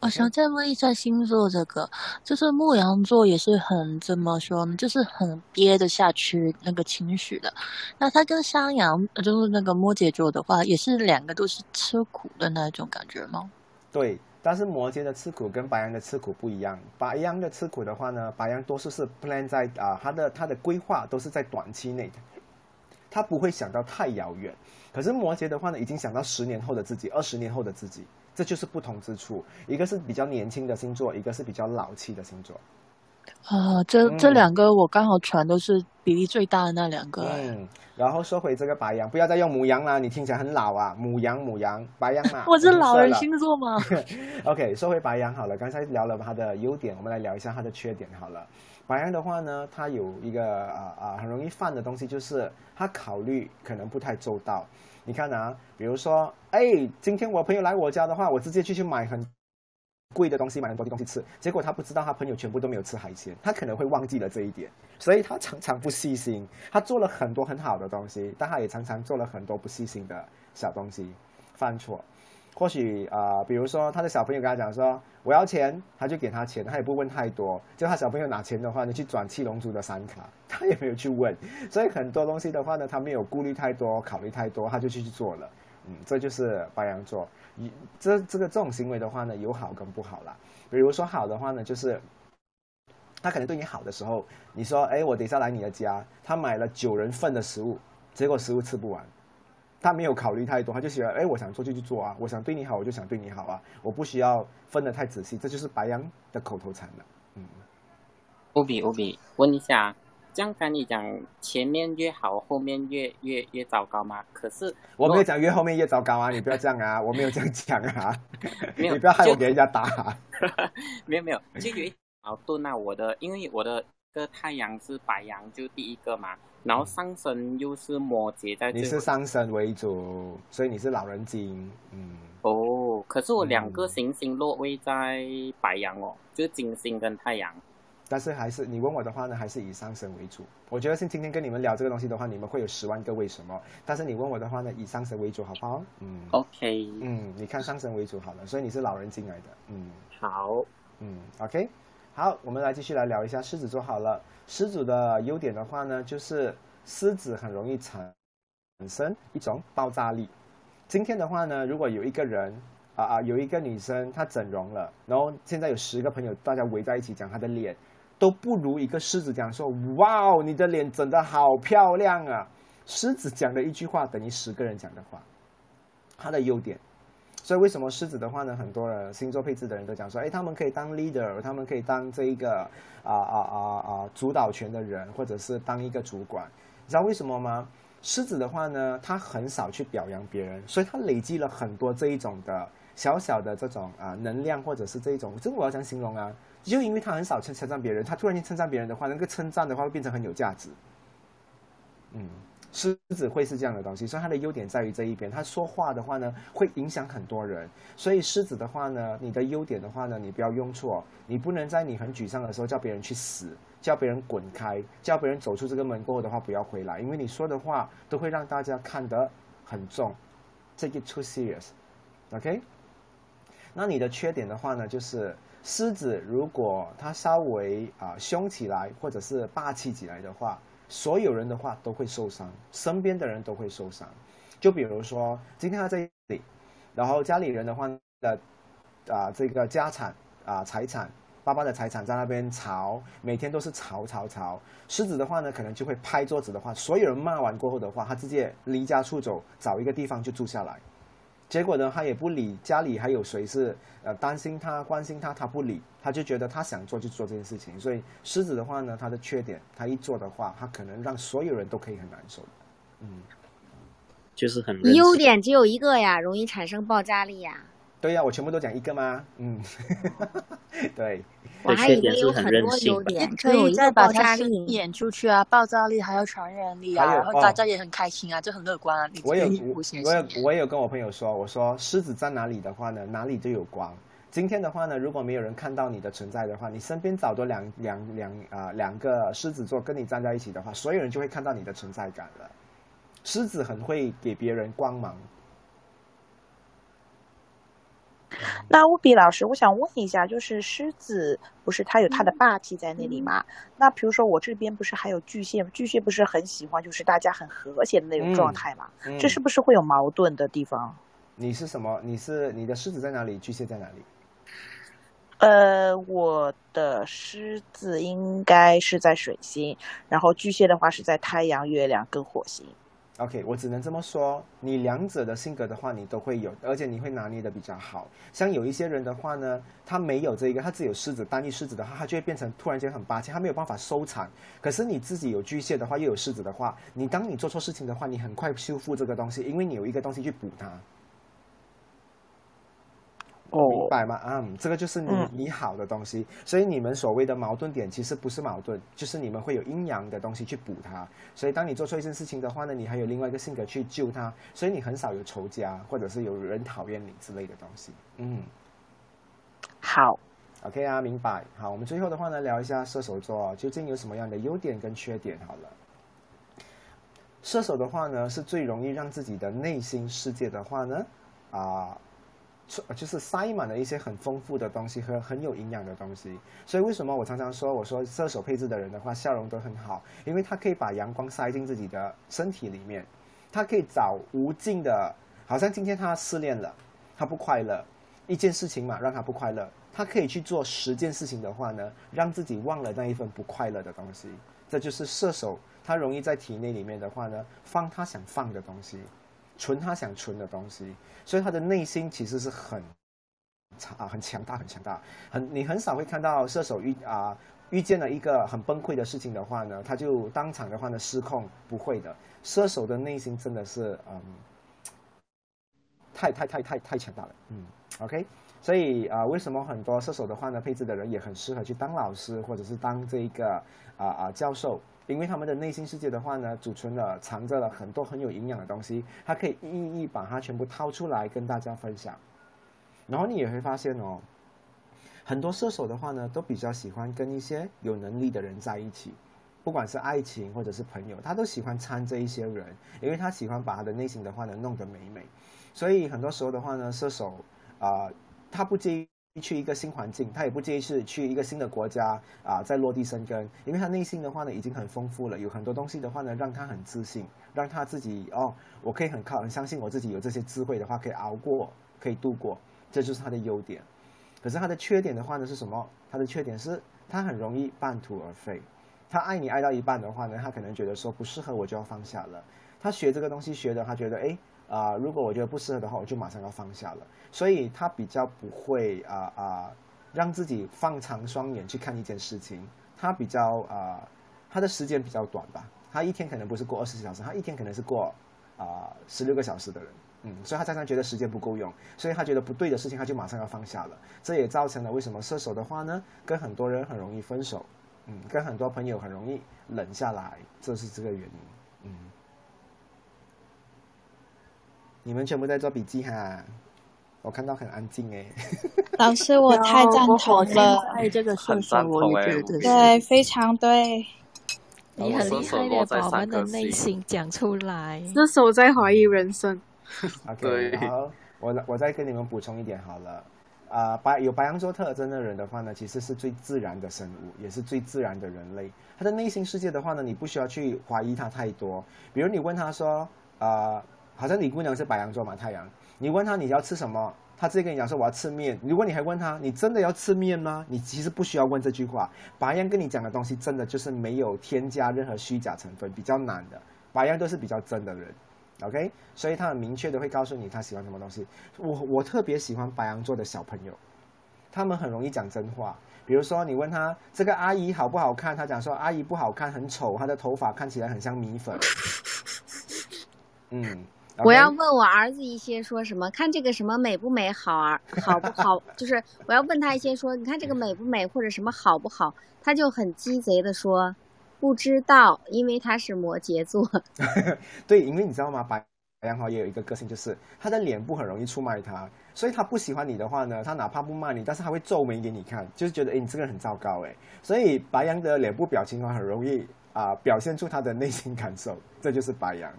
F: 我哦想再问一下星座这个，就是牧羊座也是很怎么说呢，就是很憋得下去那个情绪的。那他跟山羊，呃就是那个摩羯座的话，也是两个都是吃苦的那种感觉吗？
C: 对，但是摩羯的吃苦跟白羊的吃苦不一样。白羊的吃苦的话呢，白羊多数是 plan 在啊、它的它的规划都是在短期内的，他不会想到太遥远。可是摩羯的话呢，已经想到十年后的自己，二十年后的自己，这就是不同之处。一个是比较年轻的星座，一个是比较老气的星座。
F: 啊、这这
C: 嗯
F: 两个我刚好传都是比例最大的那两个。，
C: 嗯，然后说回这个白羊，不要再用母羊啦，你听起来很老啊，母羊母羊，白羊嘛
F: [laughs] 我是
C: 们
F: 老
C: 说
F: 人
C: 了
F: 星座吗？
C: [laughs] OK，说回白羊好了，刚才聊了它的优点，我们来聊一下它的缺点好了。白羊的话呢，它有一个啊啊、很容易犯的东西，就是它考虑可能不太周到。你看啊，比如说，哎，今天我朋友来我家的话，我直接去去买很贵的东西，买很多的东西吃，结果他不知道他朋友全部都没有吃海鲜，他可能会忘记了这一点，所以他常常不细心。他做了很多很好的东西，但他也常常做了很多不细心的小东西，犯错。或许啊、呃比如说他的小朋友跟他讲说我要钱，他就给他钱，他也不问太多。就他小朋友拿钱的话呢，去转七龙珠的闪卡，他也没有去问。所以很多东西的话呢，他没有顾虑太多，考虑太多，他就去做了。嗯，这就是白羊座。一这这个这种行为的话呢，有好跟不好啦。比如说好的话呢，就是他可能对你好的时候，你说哎，我等一下来你的家，他买了九人份的食物，结果食物吃不完。他没有考虑太多，他就喜欢，哎，我想做就去做啊，我想对你好我就想对你好啊，我不需要分得太仔细，这就是白羊的口头禅了。嗯
T: 欧比欧比，问一下，这样跟你讲，前面越好，后面越越越糟糕吗？可是
C: 我没有讲越后面越糟糕啊，你不要这样 [laughs] 啊，我没有这样讲啊，
T: [laughs] 没有
C: 你不要害我
T: 就
C: 给人家打、啊。
T: [laughs] 没有没有，就有一点矛盾啊。我的，因为我的一个太阳是白羊，就第一个嘛，然后上升又是摩羯在
C: [laughs] 你
T: 最后
C: 是上升为主，所以你是老人精，嗯，
T: 哦。可是我两个行星落位在白羊哦，就金星跟太阳。
C: 但是还是你问我的话呢，还是以上升为主。我觉得是今天跟你们聊这个东西的话，你们会有十万个为什么，但是你问我的话呢，以上升为主，好不好？嗯
T: OK，
C: 嗯，你看上升为主好了，所以你是老人精来的，嗯。
T: 好，
C: 嗯，OK，好，我们来继续来聊一下狮子座好了。狮子的优点的话呢，就是狮子很容易产生一种爆炸力。今天的话呢，如果有一个人啊啊、有一个女生她整容了，然后现在有十个朋友大家围在一起讲她的脸，都不如一个狮子讲说：“哇哦，你的脸整得好漂亮啊！”狮子讲的一句话等于十个人讲的话，它的优点。所以为什么狮子的话呢，很多人星座配置的人都讲说，哎，他们可以当 leader，他们可以当这一个啊啊啊啊主导权的人，或者是当一个主管。你知道为什么吗？狮子的话呢，他很少去表扬别人，所以他累积了很多这一种的小小的这种啊、能量，或者是这一种，这个我要讲形容啊，就因为他很少称称赞别人，他突然间称赞别人的话，那个称赞的话会变成很有价值。嗯，狮子会是这样的东西，所以它的优点在于这一边。它说话的话呢，会影响很多人。所以狮子的话呢，你的优点的话呢，你不要用错，你不能在你很沮丧的时候叫别人去死，叫别人滚开，叫别人走出这个门过后的话不要回来，因为你说的话都会让大家看得很重，take it too serious，OK？、那你的缺点的话呢，就是狮子如果它稍微啊、凶起来，或者是霸气起来的话，所有人的话都会受伤，身边的人都会受伤。就比如说今天他在这里，然后家里人的话呢，啊、这个家产啊、财产，爸爸的财产在那边吵，每天都是吵吵吵。狮子的话呢，可能就会拍桌子的话，所有人骂完过后的话，他直接离家出走，找一个地方就住下来。结果呢，他也不理家里还有谁是呃担心他、关心他，他不理，他就觉得他想做就做这件事情。所以狮子的话呢，他的缺点，他一做的话，他可能让所有人都可以很难受。嗯，
I: 就是很任性
B: 优点只有一个呀，容易产生爆炸力呀。
C: 对呀、我全部都讲一个吗？嗯， [laughs] 对。
B: 我还以为有很多优
I: 哎
B: 点，只
F: 可
B: 有
F: 以
B: 一
F: 再
B: 个
F: 把
B: 爆
F: 它
B: 炸
F: 是
B: 力。
F: 演出去啊，爆炸力还有传染力啊，
C: 还有
F: 然后大家也很开心啊，就很乐观啊。你
C: 我有
F: 你
C: 我我有我有跟我朋友说，我说狮子在哪里的话呢，哪里都有光。今天的话呢，如果没有人看到你的存在的话，你身边找多两两两啊、两个狮子座跟你站在一起的话，所有人就会看到你的存在感了。狮子很会给别人
Q: [laughs]
C: 光芒，
Q: 那乌比老师，我想问一下，就是狮子不是它有它的
F: 嗯
Q: 霸气在那里嘛？那比如说我这边不是还有巨蟹，巨蟹不是很喜欢就是大家很和谐的那种状态嘛？
C: 嗯嗯
Q: 这是不是会有矛盾的地方？
C: 你是什么？你是你的狮子在哪里？巨蟹在哪里？
Q: 呃，我的狮子应该是在水星，然后巨蟹的话是在太阳、月亮跟火星。
C: OK，我只能这么说，你两者的性格的话，你都会有，而且你会拿捏的比较好。像有一些人的话呢，他没有这一个，他只有狮子单一狮子的话，他就会变成突然间很霸气，他没有办法收场。可是你自己有巨蟹的话，又有狮子的话，你当你做错事情的话，你很快修复这个东西，因为你有一个东西去补它。
M: 哦
C: 明
Q: 哦
C: 白吗？啊、嗯，这个就是你
Q: 嗯
C: 你好的东西，所以你们所谓的矛盾点其实不是矛盾，就是你们会有阴阳的东西去补它。所以当你做错一件事情的话呢，你还有另外一个性格去救它，所以你很少有仇家或者是有人讨厌你之类的东西。嗯，
Q: 好
C: ，OK 啊，明白。好，我们最后的话呢，聊一下射手座哦究竟有什么样的优点跟缺点？好了。射手的话呢，是最容易让自己的内心世界的话呢，啊、出就是塞满了一些很丰富的东西和很有营养的东西。所以为什么我常常说，我说射手配置的人的话，笑容都很好，因为他可以把阳光塞进自己的身体里面，他可以找无尽的，好像今天他失恋了，他不快乐，一件事情嘛让他不快乐，他可以去做十件事情的话呢，让自己忘了那一份不快乐的东西。这就是射手，他容易在体内里面的话呢，放他想放的东西。存他想存的东西，所以他的内心其实是很强啊，很强大，很强大，很你很少会看到射手遇啊遇见了一个很崩溃的事情的话呢，他就当场的话呢失控，不会的，射手的内心真的是嗯，太太太太太强大了，嗯，OK。所以啊、为什么很多射手的话呢，配置的人也很适合去当老师或者是当这一个啊啊、教授，因为他们的内心世界的话呢，储存了藏着了很多很有营养的东西，他可以一一把它全部掏出来跟大家分享。然后你也会发现哦，很多射手的话呢，都比较喜欢跟一些有能力的人在一起，不管是爱情或者是朋友，他都喜欢掺这一些人，因为他喜欢把他的内心的话呢弄得美美。所以很多时候的话呢，射手啊、他不介意去一个新环境，他也不介意是去一个新的国家啊、再落地生根，因为他内心的话呢已经很丰富了，有很多东西的话呢让他很自信，让他自己哦，我可以很靠很相信我自己有这些智慧的话，可以熬过，可以度过，这就是他的优点。可是他的缺点的话呢是什么？他的缺点是他很容易半途而废。他爱你爱到一半的话呢，他可能觉得说不适合我就要放下了。他学这个东西学的，他觉得诶啊、如果我觉得不适合的话，我就马上要放下了。所以他比较不会啊啊、让自己放长双眼去看一件事情。他比较啊、他的时间比较短吧。他一天可能不是过二十小时，他一天可能是过啊十六个小时的人。嗯，所以他常常觉得时间不够用，所以他觉得不对的事情，他就马上要放下了。这也造成了为什么射手的话呢，跟很多人很容易分手，嗯，跟很多朋友很容易冷下来，这是这个原因。嗯，你们全部在做笔记哈，我看到很安静哎、
M: 老师，我太赞同了，
F: 在这个
R: 很赞同哎、
M: 对，非常对。
R: 你很厉害的把我们的内心
N: 讲出来。
K: 这时候在怀疑人生。
C: OK，
R: 对
C: 好，我我再跟你们补充一点好了。啊、白有白羊座特征的人的话呢，其实是最自然的生物，也是最自然的人类。他的内心世界的话呢，你不需要去怀疑他太多。比如你问他说，呃，好像你姑娘是白羊座嘛，太阳，你问他你要吃什么，他直接跟你讲说我要吃面。如果你还问他你真的要吃面吗？你其实不需要问这句话。白羊跟你讲的东西真的就是没有添加任何虚假成分，比较难的。白羊都是比较真的人。OK，所以他很明确的会告诉你他喜欢什么东西。我我特别喜欢白羊座的小朋友，他们很容易讲真话。比如说你问他这个阿姨好不好看，他讲说阿姨不好看，很丑，她的头发看起来很像米粉。嗯，
B: 我要问我儿子一些说什么，看这个什么美不美，好儿好不好？就是我要问他一些说，你看这个美不美，或者什么好不好？他就很鸡贼的说不知道，因为他是摩羯座。 [laughs]
C: 对，因为你知道吗，白羊好也有一个个性，就是他的脸部很容易出卖他，所以他不喜欢你的话呢，他哪怕不骂你，但是他会皱眉给你看，就是觉得哎，诶你这个人很糟糕哎。所以白羊的脸部表情的话，很容易啊、表现出他的内心感受，这就是白羊。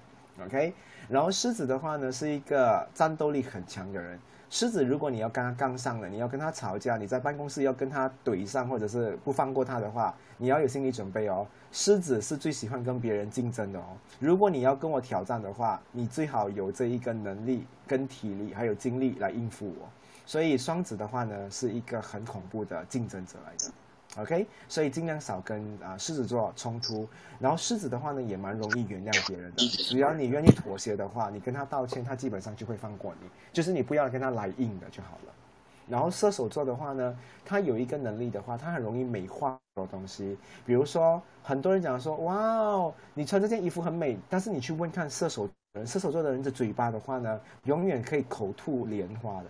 C: OK，然后狮子的话呢，是一个战斗力很强的人。狮子，如果你要跟他杠上了，你要跟他吵架，你在办公室要跟他怼上，或者是不放过他的话，你要有心理准备哦。狮子是最喜欢跟别人竞争的哦。如果你要跟我挑战的话，你最好有这一个能力、跟体力还有精力来应付我。所以双子的话呢，是一个很恐怖的竞争者来的。 OK，所以尽量少跟啊、呃狮子座冲突。然后狮子的话呢，也蛮容易原谅别人的，只要你愿意妥协的话，你跟他道歉，他基本上就会放过你。就是你不要跟他来硬的就好了。然后射手座的话呢，他有一个能力的话，他很容易美化很多东西。比如说，很多人讲说，哇哦，你穿这件衣服很美，但是你去问看射手人，射手座的人的嘴巴的话呢，永远可以口吐莲花的。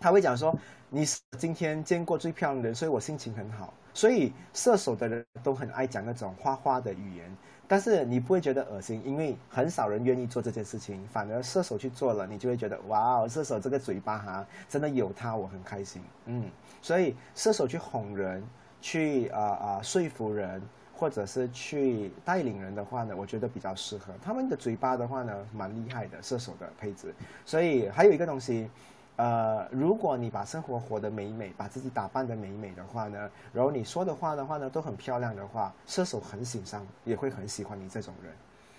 C: 他会讲说，你是今天见过最漂亮的人，所以我心情很好。所以射手的人都很爱讲那种花花的语言，但是你不会觉得恶心，因为很少人愿意做这件事情，反而射手去做了，你就会觉得哇哦，射手这个嘴巴哈，真的有他我很开心。嗯，所以射手去哄人，去啊啊、呃呃说服人，或者是去带领人的话呢，我觉得比较适合。他们的嘴巴的话呢，蛮厉害的，射手的配置。所以还有一个东西，呃，如果你把生活活得美美，把自己打扮得美美的话呢，然后你说的话的话呢都很漂亮的话，射手很欣赏，也会很喜欢你这种人。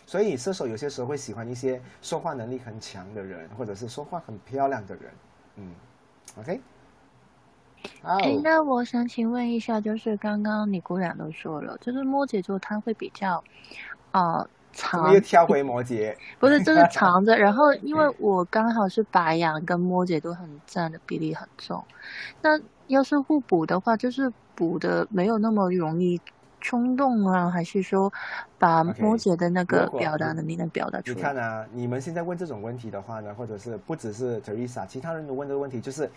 C: 所以射手有些时候会喜欢一些说话能力很强的人，或者是说话很漂亮的人。嗯，OK，好。
U: 哎，那我想请问一下，就是刚刚你姑娘都说了，就是摩羯座他会比较，呃，
C: 我
U: 藏
C: 们又跳回摩羯，
U: 不是，
C: [laughs]
U: 就是藏着。然后因为我刚好是白羊跟摩羯都很占的比例很重，那要是互补的话，就是补的没有那么容易冲动啊，还是说把
C: OK，
U: 摩羯的那个
C: 如果
U: 表达能力能表达出
C: 你
U: 来？
C: 看啊，你们现在问这种问题的话呢，或者是不只是 Teresa，其他人都问这个问题，就是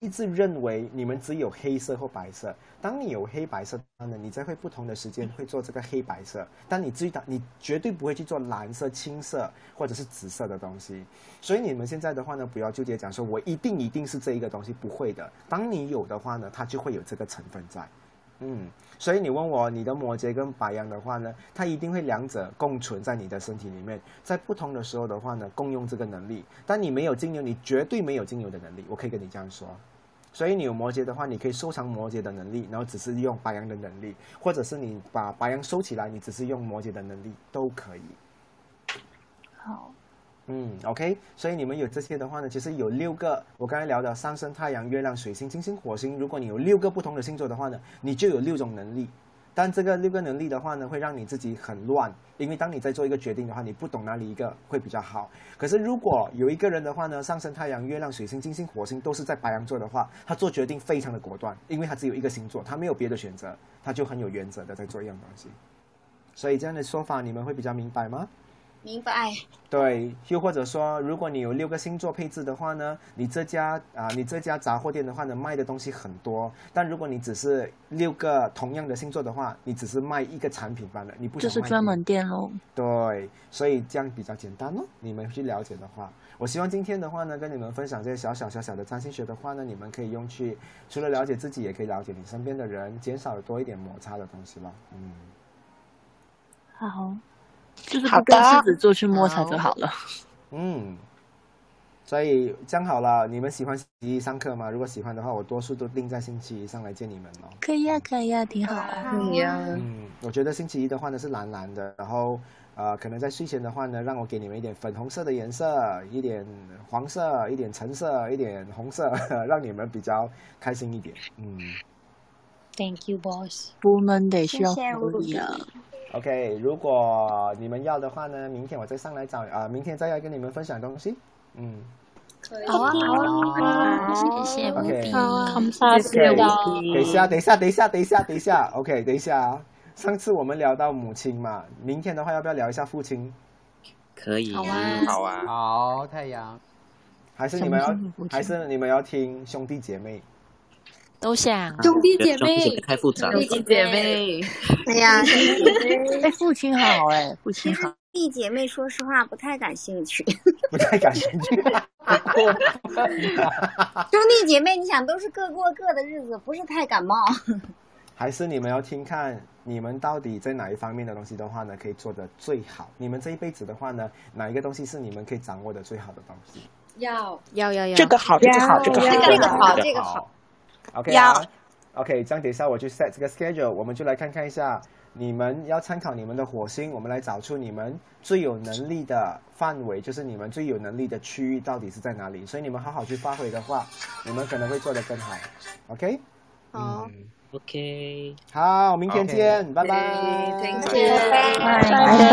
C: 一直认为你们只有黑色或白色。当你有黑白色的话呢，你在会不同的时间会做这个黑白色，但你最大你绝对不会去做蓝色、青色或者是紫色的东西。所以你们现在的话呢，不要纠结讲说我一定一定是这一个东西，不会的。当你有的话呢，它就会有这个成分在。嗯，所以你问我你的摩羯跟白羊的话呢，它一定会两者共存在你的身体里面，在不同的时候的话呢，共用这个能力。但你没有金牛，你绝对没有金牛的能力，我可以跟你这样说。所以你有摩羯的话，你可以收藏摩羯的能力，然后只是用白羊的能力，或者是你把白羊收起来，你只是用摩羯的能力都可以。
U: 好，
C: 嗯，OK，所以你们有这些的话呢，其实有六个，我刚才聊的上升、太阳、月亮、水星、金星、火星，如果你有六个不同的星座的话呢，你就有六种能力。但这个六个能力的话呢，会让你自己很乱，因为当你在做一个决定的话，你不懂哪里一个会比较好。可是如果有一个人的话呢，上升、太阳、月亮、水星、金星、火星都是在白羊座的话，他做决定非常的果断，因为他只有一个星座，他没有别的选择，他就很有原则的在做一样东西。所以这样的说法你们会比较明白吗？
M: 明白。
C: 对，又或者说，如果你有六个星座配置的话呢，你这家啊、你这家杂货店的话呢，卖的东西很多。但如果你只是六个同样的星座的话，你只是卖一个产品罢了，你不
U: 就
C: 想
U: 是
C: 卖
U: 专
C: 别的
U: 门店喽。
C: 对，所以这样比较简单哦。你们去了解的话，我希望今天的话呢，跟你们分享这些小小小小的占星学的话呢，你们可以用去除了了解自己，也可以了解你身边的人，减少多一点摩擦的东西吧。嗯。
U: 好，就是
C: 好
U: 不跟
C: 的
U: 狮子座去摸它就好了。
C: 嗯，所以这样好了，你们喜欢星期一上课吗？如果喜欢的话，我多数都定在星期一上来见你们哦。
U: 可以呀、可以呀、挺好啊。可以呀、
C: 嗯，我觉得星期一的话呢是蓝蓝的，然后呃，可能在睡前的话呢，让我给你们一点粉红色的颜色，一点黄色，一点橙色，一点红色， [laughs] 让你们比较开心一点。嗯
U: Thank you, boss。我们得需要
C: 谢谢
U: 合理啊。
C: ，OK，如果你们要的话呢，明天我再上来找啊、明天再来跟你们分享东西。嗯。
U: 好啊，好啊，谢谢谢
C: OK，
U: 谢
C: 谢谢等一下，
U: 我
C: 等一下，等一下，等一下，等一下。OK，等一下啊。上次我们聊到母亲嘛，明天的话要不要聊一下父亲？
I: 可以，
C: 好啊好啊
V: 好，太阳，
C: 还是你们
V: 想不想父
C: 要，
V: 亲
C: 还是你们要听兄弟姐妹？ [laughs]
N: 都想
U: 兄弟姐妹
I: 兄弟姐妹太复杂了
U: 兄弟姐妹。
B: 哎呀，
U: 哎，父亲好哎，父亲好。
B: 弟姐妹说实话不太感兴趣。 [laughs]
C: 不太感兴趣。
B: 兄弟姐妹，你想都是各过各的日子，不是太感冒。
C: 还是你们要听看你们到底在哪一方面的东西的话呢，可以做的最好？你们这一辈子的话呢，哪一个东西是你们可以掌握的最好的东西？
B: 要要要要，
Q: 这个好这个好这个好
B: 这个好，
C: 这
B: 这
C: 个
B: 个
C: 好
B: 好。
C: OK
B: 要
C: 啊，OK，这样等一下我去 set 这个 schedule，我们就来看看一下，你们要参考你们的火星，我们来找出你们最有能力的范围，就是你们最有能力的区域到底是在哪里。所以你们好好去发挥的话，你们可能会做得更好。OK，嗯
K: 好，
I: OK，
C: 好，明天见，拜拜。
I: 拜
C: 拜
I: 拜。